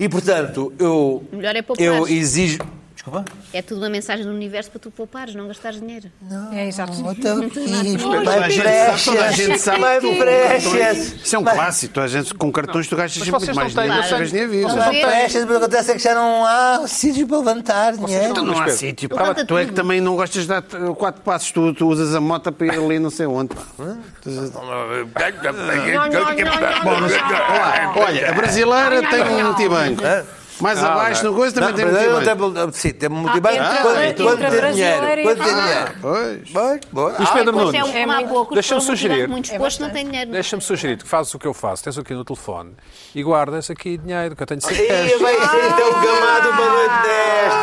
E portanto, eu,
Melhor é poupar.
eu exijo. Desculpa?
É tudo uma mensagem do universo para tu poupares, não gastares dinheiro.
É, exato.
Então,
toda a
my
gente sabe, toda a gente
precious,
sabe que
my
com
precious.
Isso é um clássico. Toda a gente com cartões tu gastas
Mas
sempre
vocês
muito
não
mais
têm- Claro.
dinheiro do que na
Não
vida.
São precious, mas o que acontece é que já não há sítios para levantar dinheiro.
Então não há
Pedro,
sítio.
eu
pá.
tava-
Tu é que também não gostas de dar eh, quatro passos, tu, tu usas a moto para ir ali não sei onde. pá. Olá, Olha, a brasileira tem um multibanco. Mais abaix no coisa também um tem
Não,
multibanco.
tem multi- Sim, tem multibanco.
Ah,
Quanto-
entre-
Quanto
entre
tem dinheiro?
brasileiro e-
Quanto tem
Ah.
dinheiro?
Pois.
Boa, boa.
Luís Pedro
Pois é,
Nunes,
um há poucos,
Deixa-me
para um
sugerir.
cidadão Muito exposto, não tem dinheiro.
deixa-me sugerir que fazes o que eu faço, tens aqui no telefone e guardas aqui dinheiro que eu tenho de
Ih,
ser
vai
Ah!
ser então gamado uma noite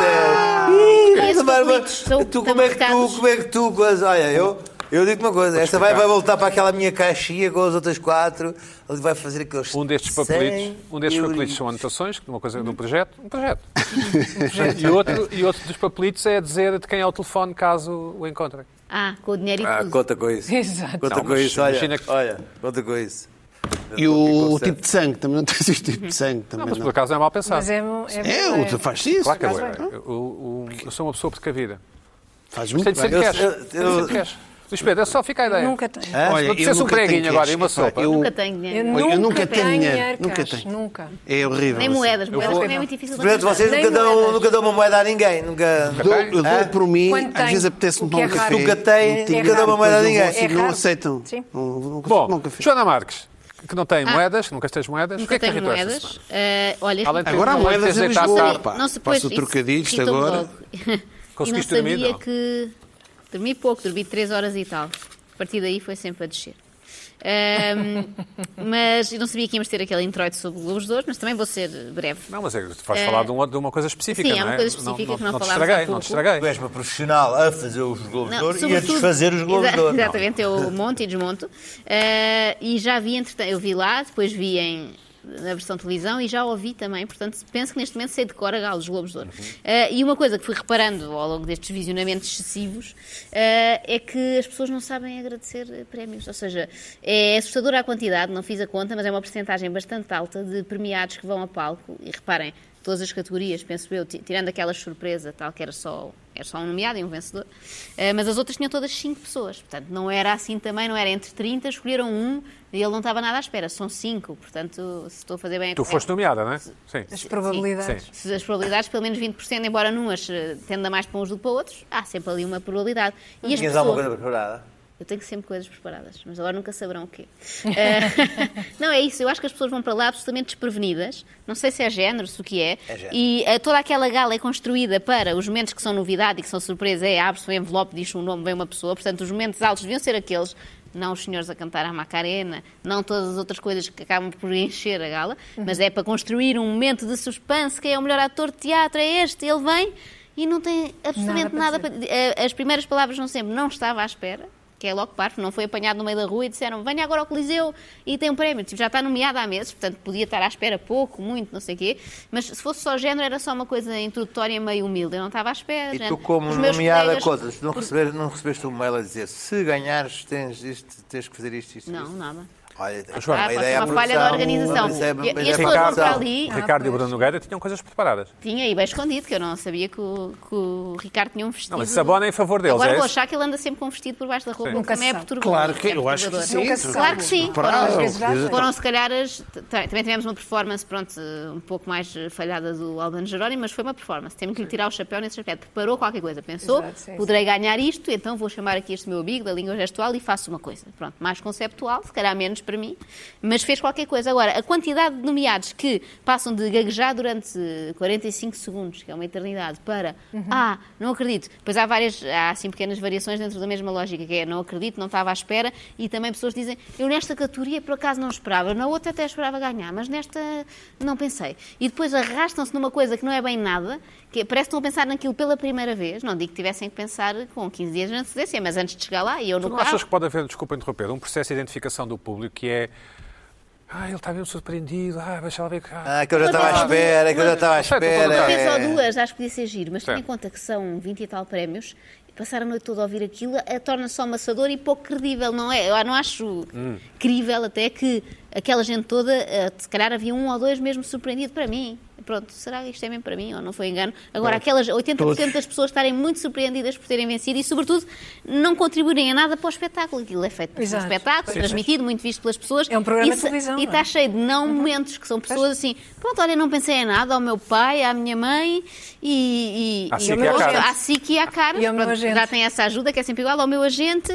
desta. Ih, vai
Esses
tomar uma-
conflitos são
Tu
tão
como é que tu,
marcados.
como é que tu, coisa- olha, eu... Eu digo uma coisa, esta vai, vai voltar para aquela minha caixinha com as outras quatro, ali vai fazer aqueles.
Um destes
100
papelitos, um destes
euros.
papelitos são anotações, de uma coisa
Hum.
de um projeto, um projeto. e, outro, e outro dos papelitos é dizer de quem é o telefone caso o encontrem.
Ah, com o dinheiro e
Ah,
tudo.
conta com isso.
Exato.
Conta
Não,
com
mas
isso, olha.
imagina que-
Olha, conta com isso.
E o
Conceito.
tipo de sangue, também não tens o tipo de sangue.
Não,
Também
mas por
não.
acaso não é mal pensado.
Mas é, é,
É, o tu fazes isso.
Claro que é
faz-
bué. eu, eu- eu sou uma pessoa precavida.
Fazes
Tem
muito
de ser
bem.
Hum. Eu-
cash.
eu-
Tem de ser
eu-
cash. Luís Pedro, é só fica a ideia.
Nunca tenho.
Hã?
Se eu dissesse um
nunca tenho
preguinho agora
cash.
e uma sopa.
Eu-
Nunca tenho
Eu
dinheiro.
nunca,
nunca tenho
tenho
dinheiro,
dinheiro,
nunca
cash,
tenho.
Nunca.
É horrível.
Nem
assim.
moedas.
vou-
Moedas também é muito difícil de
Portanto,
arranjar.
vocês
Nem
nunca dão,
moedas.
nunca dão uma moeda a ninguém. Nunca.
Eu dou, eu dou
Hã?
por mim,
Quando
às
tenho,
vezes apetece-me
o que
tomar
é
um café.
raro.
Nunca tem,
Não tenho,
nunca dá uma
depois
moeda a
não vou
ninguém.
assim,
É
Não
raro.
aceitam.
Sim.
Não- não consigo tomar
Bom,
um café.
Joana Marques, que não tem moedas, nunca tens moedas. o que
Ah, Nunca
é que te
tenho
irritou esta
moedas.
semana?
Ah, olha,
Além de
Agora há
ter- além de
moedas
teres
em
deitado
Lisboa.
tarde.
pá.
não se
Faço
pôs
o trocadilho, isto agora.
e não
Conseguiste
sabia
dormir, não?
que. Dormi pouco, dormi 3 horas e tal. A partir daí foi sempre a descer. Ahm, mas eu não sabia que íamos ter aquele introito sobre Globos de Ouro, mas também vou ser breve.
Não, mas é que tu vais
É.
falar de, um- de uma coisa específica,
Sim,
não
é
é?
uma coisa específica que
te
não falámos há
estraguei, não te
pouco.
estraguei.
Tu és uma profissional a fazer os Globos de Ouro e a
sobretudo-
desfazer os Globos
Exa-
de Ouro.
Exatamente, eu monto e desmonto. Eh, e já vi, entretanto, eu vi lá, depois vi em, na versão televisão e já ouvi também. Portanto, penso que neste momento sei de cor a galo, os Globos de Ouro.
Uhum.
Eh, e uma coisa que fui reparando ao longo destes visionamentos excessivos eh, é que as pessoas não sabem agradecer eh, prémios. Ou seja, é assustadora a quantidade, não fiz a conta, mas é uma porcentagem bastante alta de premiados que vão a palco. E reparem, todas as categorias, penso eu, ti- tirando aquela surpresa tal, que era só, era só um nomeado e um vencedor, eh, mas as outras tinham todas cinco pessoas, portanto não era assim também, não era entre 30, escolheram um e ele não estava nada à espera, são cinco portanto se estou a fazer bem a
Tu
conta-
foste nomeada, não é? Sim.
As probabilidades.
Sim.
se as probabilidades, pelo menos 20%, embora numas eh, tenda mais para uns do que para outros, há sempre ali uma probabilidade. E as
Tinhas
pessoas...
alguma coisa preparada?
Eu tenho sempre coisas preparadas, mas agora nunca saberão o quê. Eh, não, é isso. Eu acho que as pessoas vão para lá absolutamente desprevenidas. Não sei se é género, se o que é.
É género.
e eh, toda aquela gala é construída para os momentos que são novidade e que são surpresa. É, abre-se um envelope, diz um nome, vem uma pessoa. Portanto, os momentos altos deviam ser aqueles. Não os senhores a cantar a Macarena, não todas as outras coisas que acabam por encher a gala, mas é para construir um momento de suspense. Quem é o melhor ator de teatro é este, ele vem e não tem absolutamente nada, para eh, As primeiras palavras são sempre não estava à espera, que é logo parvo, não foi apanhado no meio da rua e disseram venha agora ao Coliseu e tem um prémio. Tipo, já está nomeado há meses, portanto podia estar à espera pouco, muito, não sei o quê. Mas se fosse só género era só uma coisa introdutória meio humilde. Eu não estava à espera.
E tu,
género.
como
Os meus
nomeada
colegas-
coisas, não, receber, não recebeste um mail a dizer se ganhares tens, isto, tens que fazer isto, isto,
Não,
isto?
nada.
Olha,
João,
Ah, pode
é
ser uma falha da organização.
Mas é- mas
E-
é
e as pessoas vão
Ricardo,
para ali.
Ricardo e o Bruno Nogueira tinham coisas preparadas.
Tinha, e bem escondido, que eu não sabia que o, que o Ricardo tinha um vestido.
Não, mas Sabona é em favor deles,
Agora
é
vou
isso?
achar que ele anda sempre com um vestido por baixo da roupa,
Sim.
o que
Nunca
também é
se sabe.
perturbador.
Claro que
é
eu acho que
perturbador.
sim.
Nunca se
Claro que sim.
Preparadas.
Às vezes dá jeito.
Foram se calhar as. t- Também tivemos uma performance, pronto, eh, um pouco mais eh, falhada do Albano Jerónimo, mas foi uma performance. Temos que lhe tirar o chapéu nesse aspecto. Preparou qualquer coisa. Pensou,
Exato, sim,
poderei ganhar isto, então vou chamar aqui este meu amigo da língua gestual e faço uma coisa. Pronto, mais conceptual, se calhar menos para mim, mas fez qualquer coisa. Agora, a quantidade de nomeados que passam de gaguejar durante 45 segundos, que é uma eternidade, para
Uhum.
ah, não acredito. Pois há várias, há assim pequenas variações dentro da mesma lógica, que é não acredito, não estava à espera, e também pessoas dizem eu nesta categoria por acaso não esperava, na outra até esperava ganhar, mas nesta não pensei. E depois arrastam-se numa coisa que não é bem nada, que parece que estão a pensar naquilo pela primeira vez. Não digo que tivessem que pensar com 15 dias de antecedência, mas antes de chegar lá, e eu
Tu
no
não
carro.
achas que pode haver, desculpa interromper, um processo de identificação do público que é. Ah, ele está mesmo surpreendido, ah, deixa lá ver que. Ah,
Ah, que eu já estava à espera, que eu já estava à
Não sei, estou
espera.
a
Uma vez
é.
ou duas, acho que podia ser giro, mas tendo em
Certo.
conta que são 20 e tal prémios, e passar a noite toda a ouvir aquilo eh, torna-se amassador e pouco credível, não é? Eu não acho crível até que aquela gente toda, eh, se calhar havia um ou dois mesmo surpreendido para mim. Pronto, será que isto é mesmo para mim ou não foi engano? Agora, aquelas 80% das pessoas estarem muito surpreendidas por terem vencido e, sobretudo, não contribuírem a nada para o espetáculo. Aquilo é feito para ser um
Exato.
espetáculo, transmitido, muito visto pelas pessoas.
É um programa
E
de
se-
televisão,
E
não é?
está cheio de não momentos que são pessoas assim, pronto, olha, não pensei em nada, ao meu pai, à minha mãe e. e
À SIC
e
e à Caras.
À SIC e à Caras,
E ao meu
pronto,
agente.
já tem essa ajuda, que é sempre igual, ao meu agente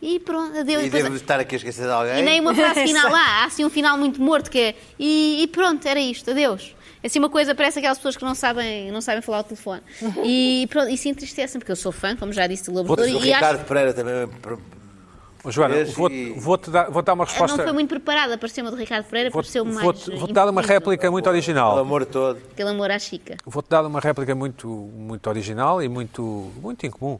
e pronto, adeus.
E
E depois-
devo estar aqui a esquecer de
e
alguém.
nem uma frase
Exato.
final lá, há assim um final muito morto que é e, e pronto, era isto, adeus. É Assim uma coisa, parece aquelas pessoas que não sabem, não sabem falar ao telefone. E pronto, e se entristecem, porque eu sou fã, como já disse, do Lobo
Vou
de
dizer,
Ouro,
o
e acho-
Ricardo Pereira também.
Joana,
Esse-
vou-te vou dar, vou dar uma
Ah, não
resposta.
foi muito preparada, pareceu-me do Ricardo Pereira,
Vou-te
pareceu mais.
vou-te- vou-te dar uma
impossível.
réplica muito
Pelo
original.
amor todo.
Aquele é um amor à chica.
Vou-te dar uma réplica muito, muito original e muito, muito incomum,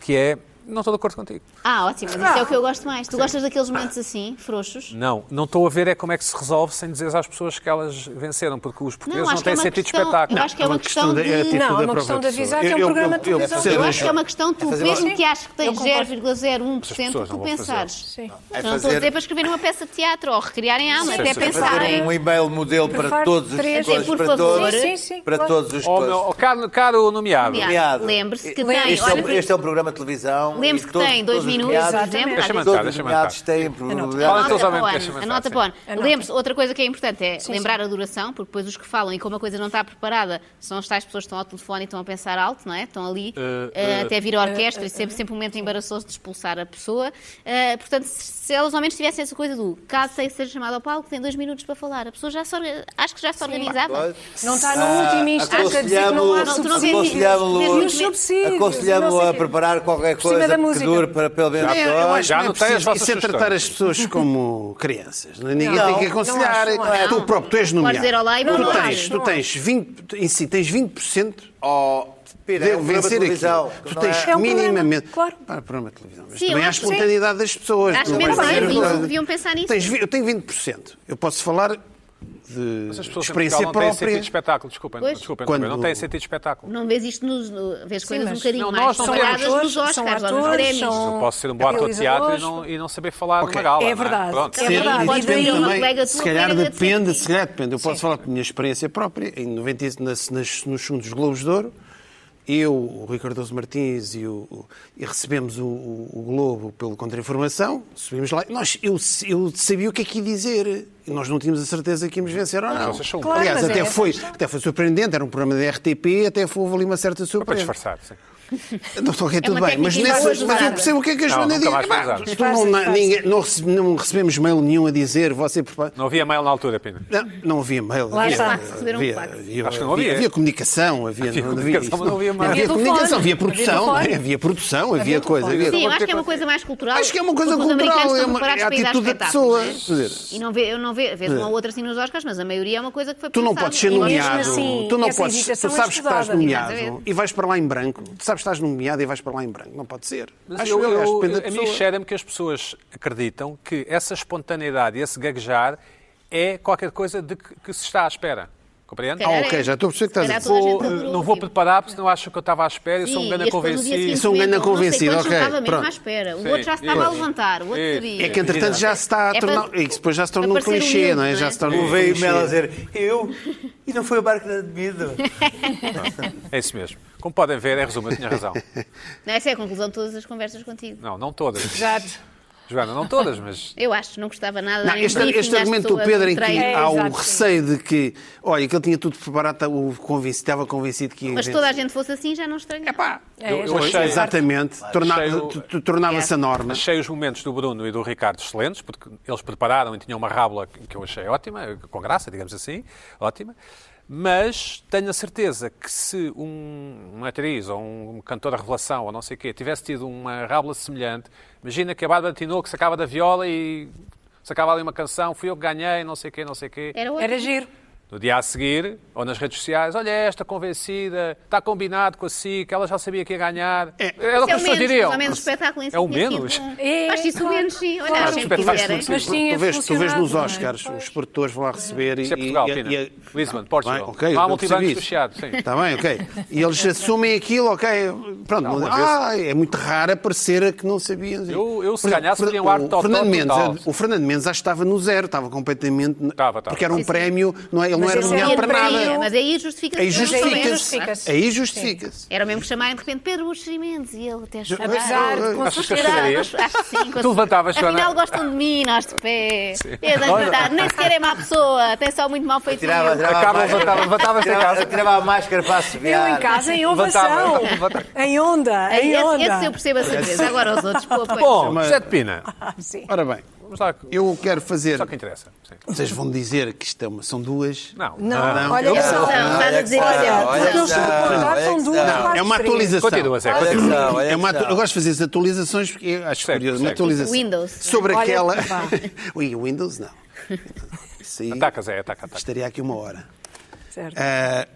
que é. Não estou de acordo contigo.
Ah, ótimo, mas isso é o que eu gosto mais. Tu gostas daqueles momentos assim, frouxos?
Não, não estou a ver é como é que se resolve sem dizer às pessoas que elas venceram, porque os portugueses não,
acho que
têm
é uma
sentido de
questão-
espetáculo.
eu acho que é uma questão de.
da- é a atitude
Não, é
da
uma
própria
questão de
pessoa.
avisar que é
Eu-
um
eu-
programa
eu-
de
eu
televisão.
percebo,
Eu
mas-
acho que é uma questão, tu,
fazer
mesmo
uma-
que acho que
Eu
tens
concordo.
0,01%,
pessoas não
tu
vão
pensares.
Sim.
É
Não estou a
fazer-
dizer para escrever uma peça de teatro ou recriarem a alma,
Sim,
até
sim.
pensarem.
Fazer um e-mail modelo para
Prefere
todos os
três.
coisas,
Por
para
favor.
todos,
Sim, sim,
para
claro.
todos os
Oh,
coisas.
meu, oh, caro, caro nomeado.
Nomeado.
Nomeado.
Lembre-se que
Lembre-se.
tem.
Este, é
Olha,
um, este é um programa de televisão.
Lembre-se
e
que
todos-
tem dois
todos os
minutos,
nomeados-
por exemplo.
Exatamente.
Deixa-me
Todos
entrar,
os
deixa-me
nomeados
entrar.
têm
Fala
probabilidade.
tu.
Anota
Totalmente,
para o
deixa-me
ano.
pensar, sim.
Anota para o ano.
Anota.
Lembre-se, é outra coisa que é importante é
Sim,
lembrar a duração, porque depois os que falam e como a coisa não está preparada, são as tais pessoas que estão ao telefone e estão a pensar alto, não é? Estão ali eh, até vir a orquestra e
eh,
sempre, sempre um momento embaraçoso de expulsar a pessoa. Eh, portanto, se, se elas ao menos tivessem essa coisa do caso tem que ser chamado ao palco, tem dois minutos para falar. A pessoa já se orga- acho que já se organizava.
Não está no último instante a dizer que não há
Não, tu não
subsídios. E os
aconselhamos-lo
subsídios,
aconselhamos
não sei
a
quê.
preparar qualquer
cima
coisa
da
que
música.
dure para pelo menos
Eu, eu acho
Já
que
anotei
não é
as
preciso
vossas
isso é tratar
sugestões.
as pessoas como crianças. né? Ninguém
Não,
tem que
não
aconselhar. Ah,
acho, não
acho.
Tu próprio, tu és nomeado.
Podes dizer olá e
tu
boa
tens,
noite.
tu tens 20, em si, tens 20%
Oh, Pira, é
de
um programa de
vencer
televisão. que
aquilo. Tu
não
tens
É um programa,
minimamente. Ah,
claro.
Para programa de televisão. Mas
Sim, eu
também há a
acho que sim.
espontaneidade das pessoas.
Acho
Tu
menos
vais
bem,
dizer
isso,
nada.
deviam pensar nisso.
Tens vi- eu tenho 20%. Eu posso falar de
Essas pessoas em Portugal
experiência
não têm sentido
própria.
de espetáculo, desculpem,
Pois.
desculpem,
Quando-
não têm sentido de espetáculo.
Não vês isto nos. no- vês coisas um
mas-
bocadinho
Não,
mais
nós não temos-
trabalhadas nos
São
Oscars ou nos
atores,
prémios.
são-
Eu posso ser um bom ator de teatro e
realizadores.
não, e não saber falar
Ok.
numa gala.
É
não
verdade.
Pronto.
É
Sim,
verdade.
e
Pode
depende
vir uma
também-
colega
se
tua
calhar
querer
depende,
agradecer.
se calhar depende. Eu posso falar pela minha experiência própria. Em 90, e- nas, nas, nos segundos Globos de Ouro, eu, o Rui Cardoso Martins e, o, o- e recebemos o, o- o Globo pelo Contra-Informação, subimos lá. Nós, eu, eu sabia o que é que ia dizer. E nós não tínhamos a certeza que íamos vencer ou não.
vocês são
Claro,
Aliás,
mas
até,
é essa
foi, até foi surpreendente. Era um programa da RTP, até houve ali uma certa
Foi para
surpresa.
disfarçar, sim.
Não estou a rir, tudo
uma
bem, mas,
técnica
nessas- mas
mais
eu
usada.
percebo o que é que a
Não,
Joana
nunca
diz.
mais foi
Pá,
usada.
tu
Fácil,
não,
fácil.
ninguém- não rece- não recebemos mail nenhum a dizer, você prepara.
Não havia mail na altura, Pina.
Não, não havia mail.
Lá
havia,
está.
Receberam um fax.
havia,
Acho que não havia.
havia comunicação, havia,
Havia
não
comunicação,
isto,
mas não havia mail.
havia
Havia
comunicação,
telefone.
havia produção, não é?
Havia
havia,
telefone.
produção, havia,
Havia
coisa.
telefone.
havia-
Sim, eu acho que é uma coisa mais cultural.
Acho que é uma coisa
porque os americanos
cultural, é
estão
uma é
preparados
a
para ir dar
atitude da pessoa.
espetáculos, não é?
Quer dizer,
E não vê, eu não vê, vês uma ou outra assim nos Oscars, mas a maioria é uma coisa que foi
Tu não
pensada.
podes ser
E mesmo
nomeado,
assim,
tu não
essa
podes, tu
indicação é
sabes que estás
estudada.
nomeado
Exatamente.
e vais para lá em branco. Tu sabes que estás nomeado e vais para lá em branco. Não pode ser.
Mas
Acho
eu,
eu, acho que
eu,
depende da
a mim
pessoa.
cheira-me que as pessoas acreditam que essa espontaneidade, esse gaguejar, é qualquer coisa de que, que se está à espera. Compreende?
Calhar
Ah, ok,
é.
já estou a perceber que estás
Se
a
calhar
dizer.
Vou,
toda a gente
eh,
adorou
não
o
vou
filme.
preparar porque senão acho que eu estava à espera. Eu sou um
Sim,
grande
este foi no dia seguinte,
convencido.
Sou um ganda
não sei
convencido,
quantos
ok,
não estava mesmo
pronto.
à espera. O
Sim,
outro já se estava a
pois.
levantar, o outro
É,
queria.
É que, entretanto, já se está a
É para-
tornar. E que depois já se torna um
para ser
clichê,
humilde,
não é?
não é?
Já se torna
O
um
veio
clichê.
Mel a dizer, eu? E não foi o barco da de medo.
É isso mesmo. Como podem ver, é resumo, eu tinha razão.
Não, essa é a conclusão de todas as conversas contigo.
Não, não todas.
Exato.
Joana, não todas, mas
Eu acho, não gostava nada.
Não,
em
este,
briefing
este
às
argumento do
pessoas,
Pedro em
um
que
treino.
É,
há o
exato, sim.
receio de que, olha, que ele tinha tudo preparado, tá- o convencido, estava convencido que ia.
Mas se
vencer.
toda a gente fosse assim, já não estranhava.
Pá,
É,
eu, eu
pois,
achei,
Exatamente. Torna-
Achei o-
tu- tu- Tornava-se a norma.
achei os momentos do Bruno e do Ricardo excelentes, porque eles prepararam e tinham uma rábula que que eu achei ótima, com graça, digamos assim, ótima. Mas tenho a certeza que se um, uma atriz ou um cantor da revelação ou não sei o quê tivesse tido uma rábula semelhante, imagina que a Bárbara Tinoco sacava da viola e sacava ali uma canção, fui eu que ganhei, não sei o quê, não sei o quê.
Era
Era
outro.
giro.
No dia a seguir, ou nas redes sociais, olha esta convencida, está combinado com a SIC, ela já sabia que ia ganhar. Era o que
Isso
as pessoas diriam.
Ao menos o espetáculo em si
É o
tinha sido
menos.
bom.
É,
Acho isso o
claro,
menos, sim. Olha,
claro.
acho que
Espetáculo funciona.
quiser. hein?
Mas tinha
tu, vês, tu vês nos
funcionado, não é?
Oscars,
Pois.
os produtores vão lá receber e.
Isto é Portugal,
e-
Pina.
e- e-
Lisbon, Portugal.
Bem, ok,
não há
eu percebi
multibancos
isso.
fechados, sim.
Está Tá bem, ok. E eles assumem aquilo, ok. Pronto,
Não, uma
ah, é muito raro aparecer a que não sabiam.
Eu- eu, se
Por exemplo,
calhar, seria um ar
o
totó
Fernando Mendes,
total.
O Fernando Mendes acho que estava no zero, estava completamente.
Estava, estava.
porque era um
Sim, sim.
prémio, não é, ele não
Mas
era
esse é
nomeado
um
para
prémio.
nada.
Mas aí justifica-se.
Aí
que eu não sou
justifica-se.
menos.
é Justifica-se.
Aí justifica-se.
Era o mesmo que chamarem de repente Pedro Buxo Mendes e ele até chorar.
Apesar de com
Achas que eu
Chorar,
choraria?
mas acho que sim.
Tu levantavas, Joana?
Afinal gostam de mim, nós de pé. Eu de verdade, nem sequer é má pessoa, tem só muito mau feito.
Tirava, tirava
Acaba,
a máscara.
levantava- levantava-se da
Tirava-
casa.
Tirava a máscara para assobiar.
Eu em casa, em ovação.
Levantava, levantava.
Em onda, em
É, Esse, esse eu
onda.
percebo a surpresa. Agora os outros, pô, pois.
Tá Bom,
Uma-
José de Pina,
Ah, sim.
Ora bem,
vamos lá,
eu quero fazer.
só que interessa. sim.
Vocês vão dizer que isto é uma- são duas.
Não.
Não,
não,
Ah, olha
eu-
só.
Não, estás a dizer que
Olha,
não.
Olha
porque eles
que
se
não,
recordaram,
olha
são
que
duas
não.
partes
É uma atualização.
Continua, Zé,
Olha que
continua.
não, olha que
É uma, atu-
não.
eu gosto de fazer as atualizações porque eu acho
Segue,
curioso. Uma
segue.
atualização.
Windows.
Sobre
Olha,
aquela.
vá.
Ui, Windows não. Isso aí
Ataca, Zé, ataca, ataca.
estaria aqui uma hora.
Certo.
É.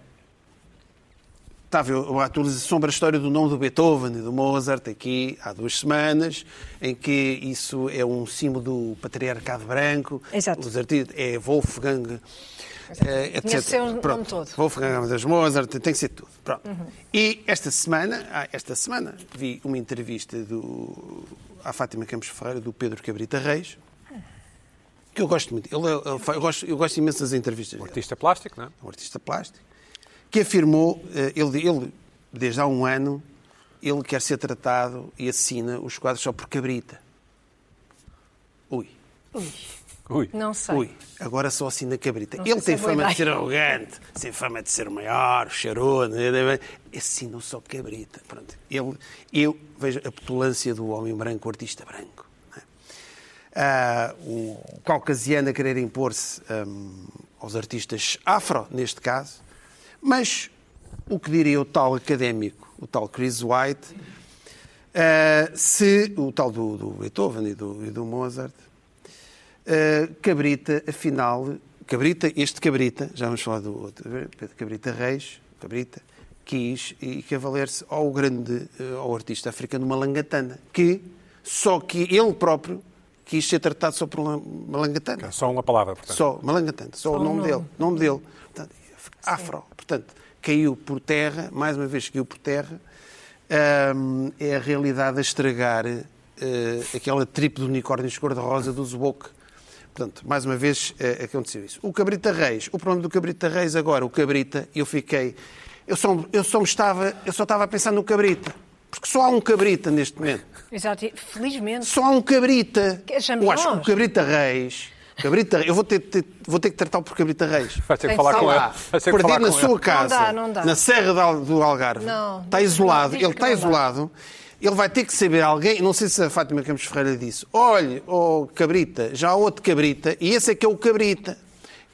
Estava eu a atualização sobre a história do nome do Beethoven e do Mozart aqui há duas semanas, em que isso é um símbolo do patriarcado branco.
Exato.
Os artistas, é Wolfgang, eh, etc.
Tinha que ser o nome
Pronto.
todo. Uhum.
Wolfgang Amadeus Mozart, tem que ser tudo. Pronto. E esta semana, ah, esta semana, vi uma entrevista do, à Fátima Campos Ferreira, do Pedro Cabrita Reis, que eu gosto muito. Ele, é- ele fa- eu, gosto, eu gosto imenso das entrevistas dele
Artista plástico, não é?
um artista plástico, que afirmou, eh, ele, ele, desde há um ano, ele quer ser tratado e assina os quadros só por cabrita. Ui,
Ui.
Não sei.
ui, agora só assina cabrita.
Não sei
ele
se
tem
é boa
fama de
ideia.
ser arrogante, tem fama de ser maior, charudo, assina só Assim cabrita. Pronto, ele, eu vejo a petulância do homem branco, o artista branco. não é? Ah, o caucasiano a querer impor-se hum, aos artistas afro, neste caso, mas o que diria o tal académico, o tal Chris White, ah, se o tal do, do Beethoven e do, e do Mozart, ah, Cabrita, afinal, Cabrita, este Cabrita, já vamos falar do outro, Pedro Cabrita Reis, Cabrita, quis e cavaler-se ao grande, eh, ao artista africano Malangatana, que só que ele próprio quis ser tratado só por Lan- Malangatana.
Só uma palavra, portanto.
Só, Malangatante, só o nome dele. nome dele. Portanto, afro. Portanto, caiu por terra, mais uma vez caiu por terra. Ahm, é a realidade a estragar eh, aquela tripe de unicórnios cor-de-rosa do Zwoke. Portanto, mais uma vez eh, aconteceu isso. O Cabrita Reis, o problema do Cabrita Reis agora, o Cabrita, eu fiquei. Eu só, eu só, me estava, eu só estava a pensar no Cabrita. Porque só há um Cabrita neste momento.
Exato. e Felizmente.
Só há um cabrita.
Que achamos
eu acho que
nós.
o cabrita reis. Cabrita, Reis- eu vou ter, ter- vou ter que tratar-o por cabrita reis.
Vai ter que
Tem
falar
que
com
falar.
ela. Vai ter que
Perdido
falar
na
com
sua
ela.
casa,
dá, não dá.
na Serra do Al- do Algarve.
Não,
está
diz-
isolado.
diz
Ele
que
está
não dá.
isolado. Ele vai ter que saber alguém, não sei se a Fátima Campos Ferreira disse, olhe, oh cabrita, já há outro cabrita, e esse é que é o cabrita.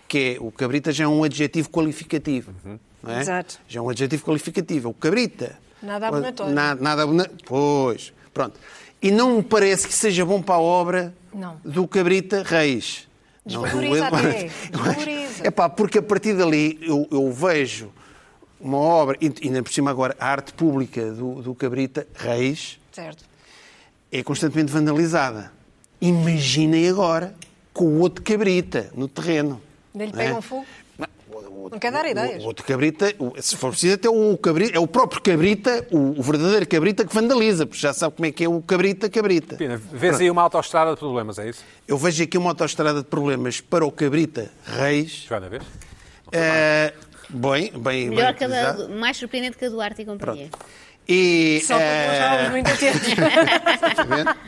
Que é, o cabrita já é um adjetivo qualificativo.
Uhum.
não é?
Exato.
Já é um adjetivo qualificativo, é o cabrita.
Nada abonatório.
Na- Nada, abona- Pois, pronto. E não me parece que seja bom para a obra
Não.
do Cabrita Reis. Não,
Desvaloriza
do-
até,
Eu acho-
desvaloriza.
É pá, porque a partir dali eu, eu vejo uma obra, e e ainda por cima agora, a arte pública do, do Cabrita Reis
Certo.
é constantemente vandalizada. Imaginem agora com o outro Cabrita no terreno.
Ainda lhe
não é?
pegam fogo?
Não, O outro-
Não quer dar ideias.
O outro cabrita, o- se for preciso, até o cabrita, é o próprio cabrita, o, o verdadeiro cabrita que vandaliza, porque já sabe como é que é o cabrita, cabrita.
Pina, vês aí uma autoestrada de problemas, é isso?
Eu vejo aqui uma autoestrada de problemas para o cabrita Reis.
Joana, vês?
Eh, bem, bem,
Melhor
bem
que a da-
utilizado.
mais surpreendente que a Duarte e companhia.
E,
Só que nós
eh,
estávamos muito atentos.
Exatamente.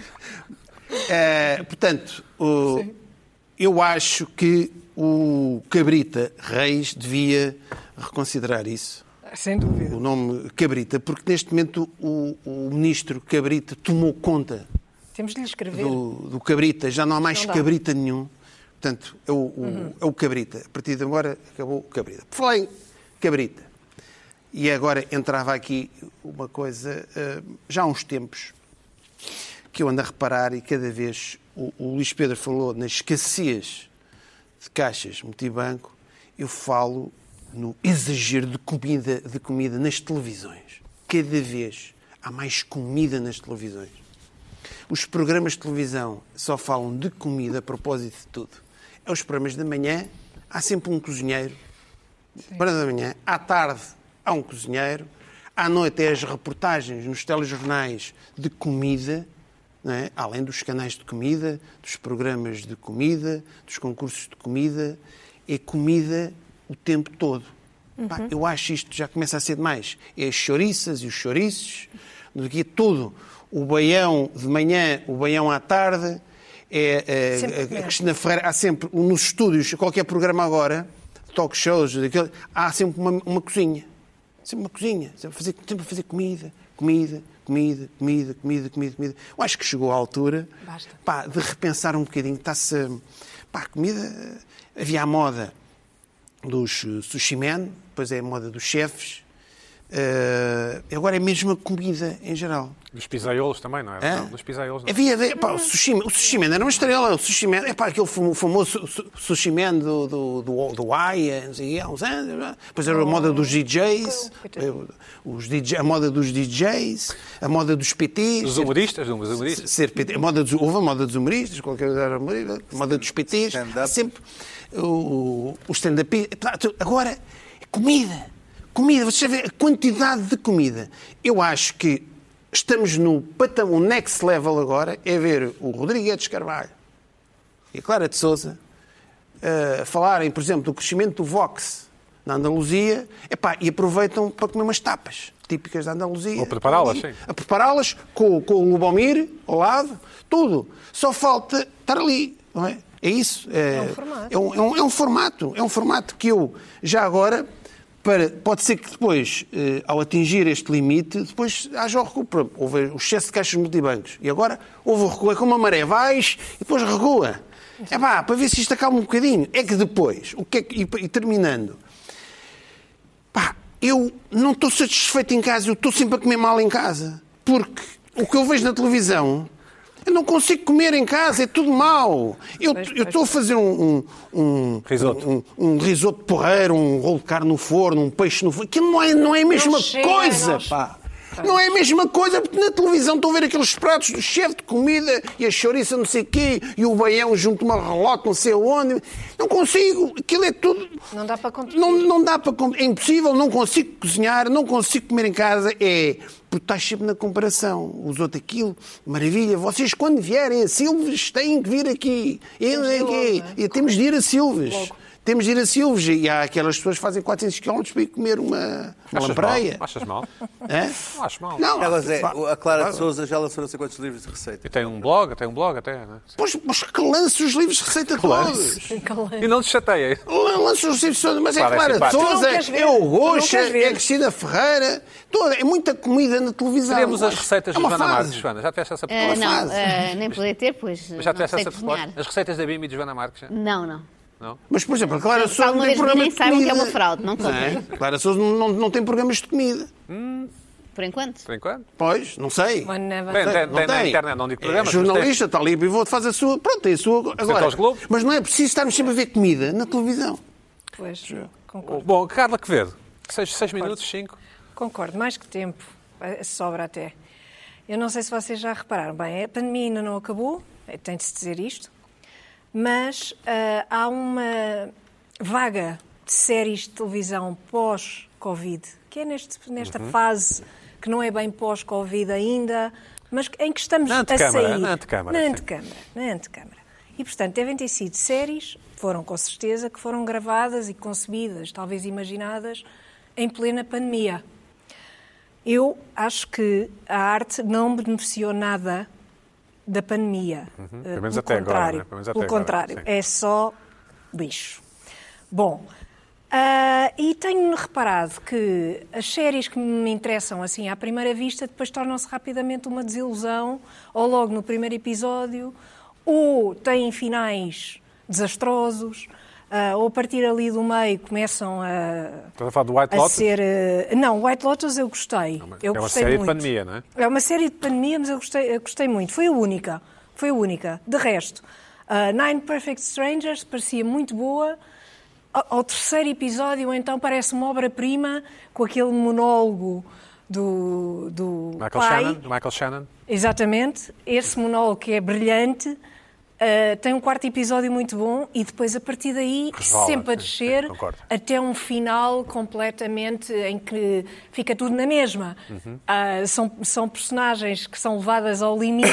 Eh, portanto, o- eu acho que o Cabrita Reis devia reconsiderar isso,
Sem dúvida.
o nome Cabrita, porque neste momento o, o ministro Cabrita tomou conta
Temos de lhe escrever.
do, do Cabrita, já não há mais
Não dá. Uhum.
Cabrita nenhum. Portanto, é o, o- é o Cabrita. A partir de agora acabou o Cabrita. Por falar em Cabrita. E agora entrava aqui uma coisa, eh, já há uns tempos, que eu ando a reparar e cada vez o, o Luís Pedro falou na escassez de caixas multibanco, eu falo no exagero de comida, de comida nas televisões. Cada vez há mais comida nas televisões. Os programas de televisão só falam de comida a propósito de tudo. É os programas da manhã, há sempre um cozinheiro. Para da manhã, à tarde, há um cozinheiro. À noite, é as reportagens nos telejornais de comida, não é? além dos canais de comida, dos programas de comida, dos concursos de comida. É comida o tempo todo. Pá, eu acho isto já começa a ser demais. É as chouriças e os chouriços, do que é tudo. O baião de manhã, o baião à tarde, é, é,
Sempre
a- a
comida.
Cristina Ferreira, há sempre, nos estúdios, qualquer programa agora, talk shows, daquele, há sempre uma, uma cozinha. Sempre uma cozinha. Sempre a fazer, sempre a fazer comida, comida, comida, comida, comida, comida, comida. Eu acho que chegou à altura
Basta.
pá, de repensar um bocadinho. Está-se. Pá, a comida. eh, Havia a moda dos eh, sushi men, depois é a moda dos chefes. eh, agora é mesmo a comida em geral.
Dos pisaiolos também, não é?
Hã?
Não, dos pisaiolos não.
Havia, havia- pá, o sushi, o sushi Man era uma estrela. O sushi Man, é pá, aquele famo- famoso su- sushi Man do, do, do, do Haia, não sei, há uns anos. não é? Depois era a moda dos DJs, os DJ, a moda dos DJs, a moda dos PTs.
Dos humoristas, dos humoristas.
Ser PT, a moda dos, houve a moda dos humoristas, qualquer coisa era humorista, a moda dos PTs,
Stand-up.
sempre o, o stand-up. Portanto, Agora, é comida, comida, vocês sabem a quantidade de comida. Eu acho que estamos no patamar, o next level agora é ver o Rodrigues Carvalho e a Clara de Souza a falarem, por exemplo, do crescimento do Vox na Andaluzia epá, e aproveitam para comer umas tapas típicas da Andaluzia.
Ou prepará-las, sim.
A prepará-las com, com o Lubomir ao lado, tudo. Só falta estar ali, não é? É isso. É,
um formato.
é um, é um- é um formato. É um formato que eu, já agora, para- pode ser que depois, eh, ao atingir este limite, depois haja o recuo. Por exemplo, Houve o excesso de caixas multibancos. E agora houve o recuo. É como a maré. Vais e depois recua. É pá, para ver se isto acalma um bocadinho. É que depois, o que é que- e- e terminando, pá, eu não estou satisfeito em casa, eu estou sempre a comer mal em casa. Porque o que eu vejo na televisão, eu não consigo comer em casa, é tudo mau. Eu eu estou a fazer um, um, um,
Risoto.
um, um risoto porreiro, um rolo de carne no forno, um peixe no forno. Aquilo não é, não é a mesma
chega,
coisa,
não
pá. Não é a mesma coisa, porque na televisão estão a ver aqueles pratos do chefe de comida e a chouriça não sei quê, e o baião junto uma relote não sei onde. Não consigo, aquilo é tudo...
Não dá para competir.
Não, não dá para. com- É impossível, não consigo cozinhar, não consigo comer em casa. É. Porque estás sempre na comparação. Os outros aquilo, maravilha. Vocês, quando vierem a Silves, têm que vir aqui. E,
Temos de ir
e-
logo, é?
e é. temos de ir a Silves. Temos de ir a Silves. E há aquelas pessoas que fazem 400 km para ir comer uma, uma
Achas
lampreia.
mal? Achas mal?
Hã?
Não acho mal.
Não,
Elas é,
pá,
a Clara de Souza já lançou não sei quantos livros de receita.
E tem um blog, tem um blog até, não é?
Pois, mas que lance os livros de receita todos.
E não te chateia.
Lança os Simpsons, mas é
Claro, é
Clara de
simpático.
Souza,
Tu não queres ver,
é o
tu não
Rocha,
queres ver.
é a Cristina Ferreira, toda, é muita comida na televisão.
Teremos as
Acho-
receitas de
é uma
Joana
fase.
Marques, Joana. Já tiveste essa
Ah,
proposta?
Uma
não,
fase.
ah, nem poder ter, pois.
Mas já
não
tiveste
sei Hum.
essa
cozinhar.
proposta? As receitas da Bimi e de Joana Marques, já?
Não, não.
não?
Mas, por exemplo, a Clara Souza não
alguma
tem
vez
programas
nem
de
saibam que é
comida.
uma fraude, não
é? Clara Souza não, não, não tem programas de comida.
Por enquanto.
Por enquanto?
Pois, não sei.
One never
Bem,
sabe.
tem, tem na internet, não digo programas.
É
mas tem.
jornalista, está ali, pivô, faz a sua. Pronto, tem a sua. Agora,
aos Globo.
mas não é preciso estarmos sempre a ver comida na televisão.
Pois, concordo.
Bom, Carla Quevedo, seis, seis minutos, cinco.
Concordo, mais que tempo, eh, sobra até. Eu não sei se vocês já repararam, bem, a pandemia ainda não acabou, eh, tem de se dizer isto, mas ah, há uma eh, vaga de de séries de televisão pós-Covid, que é neste, nesta
Uhum.
fase que não é bem pós-Covid ainda, mas em que estamos
Na
a
antecâmara,
sair.
na antecâmara,
Na
sim.
antecâmara, na antecâmara. E, portanto, devem ter sido séries, foram com certeza, que foram gravadas e concebidas, talvez imaginadas, em plena pandemia. Eu acho que a arte não beneficiou nada da pandemia. Eh,
Uhum. pelo menos
pelo
até agora,
contrário,
né? Pelo menos até
pelo
agora,
contrário,
sim.
é só lixo. Bom, ah, e tenho reparado que as séries que me interessam assim à primeira vista depois tornam-se rapidamente uma desilusão, ou logo no primeiro episódio, ou têm finais desastrosos, ah, ou a partir ali do meio começam a
Estás a falar do White
a
Lotus?
ser. eh, Não, White Lotus eu gostei.
mas
eu
é uma
gostei
série de
muito.
pandemia, não é?
É uma série de pandemia, mas eu gostei, eu gostei muito. Foi a única. Foi a única. De resto, ah, Nine Perfect Strangers parecia muito boa. Ao, ao terceiro episódio, então, parece uma obra-prima com aquele monólogo do, do
Michael
pai.
Shannon? Michael Shannon?
Exatamente. Esse monólogo que é brilhante. ah, tem um quarto episódio muito bom e depois a partir daí
Resvala,
sempre a
sim, sim,
descer
concordo.
até um final completamente em que fica tudo na mesma.
Uhum.
Ah, são, são personagens que são levadas ao limite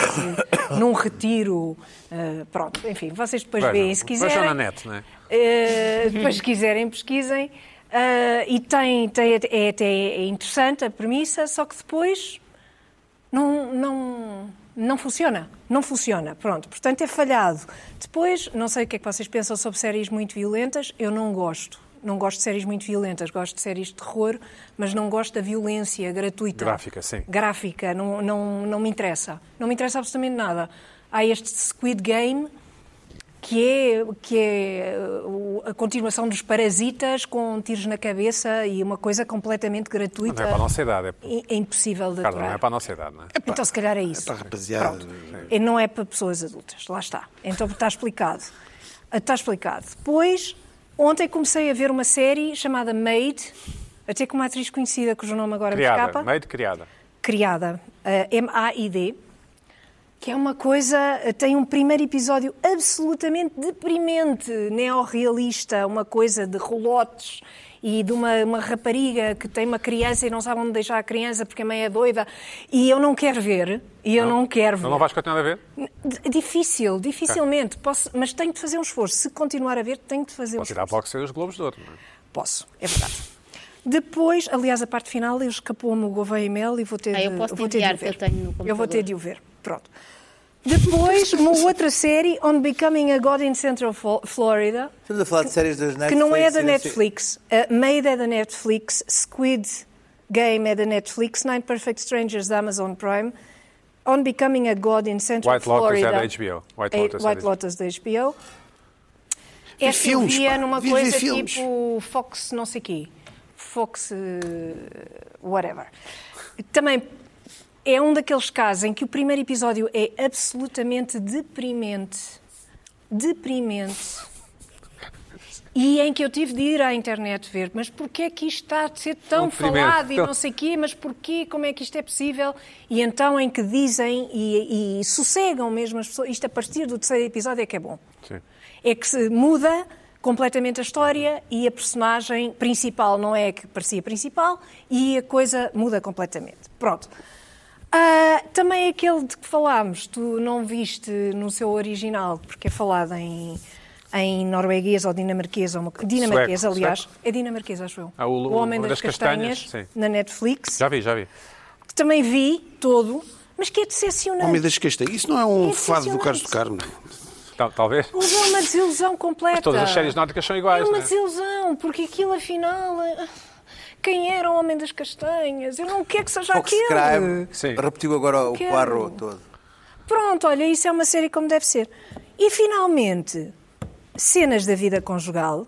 num retiro. ah, pronto, enfim, vocês depois
Vejam,
veem se
vejam
quiserem.
na net, não é?
Uh, depois, se quiserem, pesquisem. Uh, e tem, tem- é até é interessante a premissa, só que depois não, não, não funciona. Não funciona. Pronto, portanto é falhado. Depois, não sei o que é que vocês pensam sobre séries muito violentas, eu não gosto. Não gosto de séries muito violentas, gosto de séries de terror, mas não gosto da violência gratuita.
Gráfica, sim.
Gráfica, não, não, não me interessa. Não me interessa absolutamente nada. Há este Squid Game, que é, que é uh, o- a continuação dos Parasitas com tiros na cabeça e uma coisa completamente
Não é
gratuita.
para a nossa idade. É...
I- é impossível de
Carla,
aturar.
não é para a nossa idade, não é?
Então, se calhar é isso.
Pá, rapaziada.
E não é para pessoas adultas, lá está. Então está explicado. Ah, Está explicado. Depois, ontem comecei a ver uma série chamada Made, até com uma atriz conhecida cujo nome agora me
Criada,
escapa.
meio de criada.
Criada, ah, M-A-I-D, que é uma coisa, tem um primeiro episódio absolutamente deprimente, neorrealista, uma coisa de rolotes e de uma, uma rapariga que tem uma criança e não sabe onde deixar a criança porque a mãe é doida. E eu não quero ver, e eu não, quero ver.
Não, não vais continuar a ver?
D- Difícil, dificilmente. Posso, mas tenho de fazer um esforço. Se continuar a ver, tenho de fazer um
Pode ir à
esforço.
boxe e os Globos de Ouro, não é?
Posso, é verdade. Depois, aliás, a parte final, eu escapou-me o Gouveia e Mel e vou ter,
Ah, eu
de-
posso te
vou ter
enviar,
de o ver.
que eu tenho no
eu vou ter
computador.
de o ver, pronto. Depois, uma outra série, On Becoming a God in Central Fo- Florida,
Estamos a falar de séries das Netflix.
que não é da
e sei-
Netflix. Uh, Made é da Netflix, Squid Game é da Netflix, Nine Perfect Strangers da Amazon Prime, On Becoming a God in Central
White Lotus é
Florida.
da HBO. White
Eh,
Lotus é
White
da-
Lotus da HBO. Esta
filmes,
eu via
pá.
numa
Vi- vi
coisa
filmes.
tipo Fox não sei quê. Fox eh, whatever. Também é um daqueles casos em que o primeiro episódio é absolutamente deprimente. Deprimente. E em que eu tive de ir à internet ver, mas porquê é que isto está a ser
Tão
tão
deprimente,
falado e
tão-
não sei quê, mas porquê, como é que isto é possível? E então em que dizem e, e sossegam mesmo as pessoas, isto a partir do terceiro episódio é que é bom.
Sim.
É que se muda completamente a história e a personagem principal não é a que parecia principal e a coisa muda completamente. Pronto. Ah, também aquele de que falámos, tu não viste no seu original, porque é falado em, em norueguês ou dinamarquês, ou uma, co- dinamarquês,
Sueco,
aliás.
sueco.
É dinamarquês, acho eu.
Ah, o-
o Homem
o
das,
das
Castanhas,
Castanhas, sim.
na Netflix,
Já vi, já vi.
que também vi todo, mas que é decepcionante.
Homem das Castanhas. Isso não é um
É
fado do Carlos do Carmo.
Tal- talvez.
Mas é uma desilusão completa.
Todas as séries nórdicas são
É
iguais,
uma
não é?
desilusão, porque aquilo afinal. eh, Quem era o Homem das Castanhas? Eu não quero que seja
Fox
aquele.
Crime
Sim.
repetiu agora o
Quero.
Poirot todo.
Pronto, olha, isso é uma série como deve ser. E finalmente, Cenas da Vida Conjugal,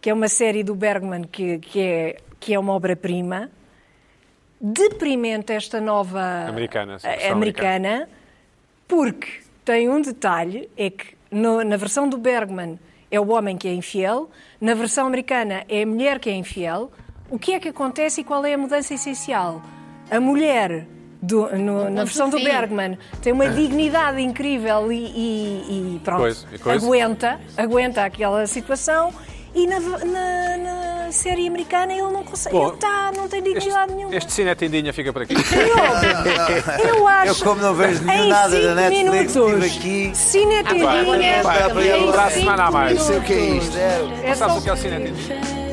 que é uma série do Bergman que, que, é, que é uma obra-prima. Deprimente esta nova
Americana, sim,
eh,
versão
americana, porque tem um detalhe, é que no- na versão do Bergman é o homem que é infiel, na versão americana é a mulher que é infiel. O que é que acontece e qual é a mudança essencial? A mulher, do- no- na
ponto
versão do
fim.
Bergman, Bergman tem uma dignidade incrível e, e- e pronto,
É. Coisa, e coisa.
aguenta, aguenta aquela situação E na, na- na série americana ele não consegue.
Bom,
ele tá, não tem
Este,
dignidade nenhuma.
este cine é tendinha, fica por aqui.
Eu, eu acho.
Eu como não vejo nenhum
em
nada da
cinco
Netflix,
minutos,
estive aqui.
Cinetendinhas.
Vai, vai, vai,
em
Para a
cinco
semana a mais.
Sei o que é isto. é.
É só
Sabes o que é o cine é tendinha?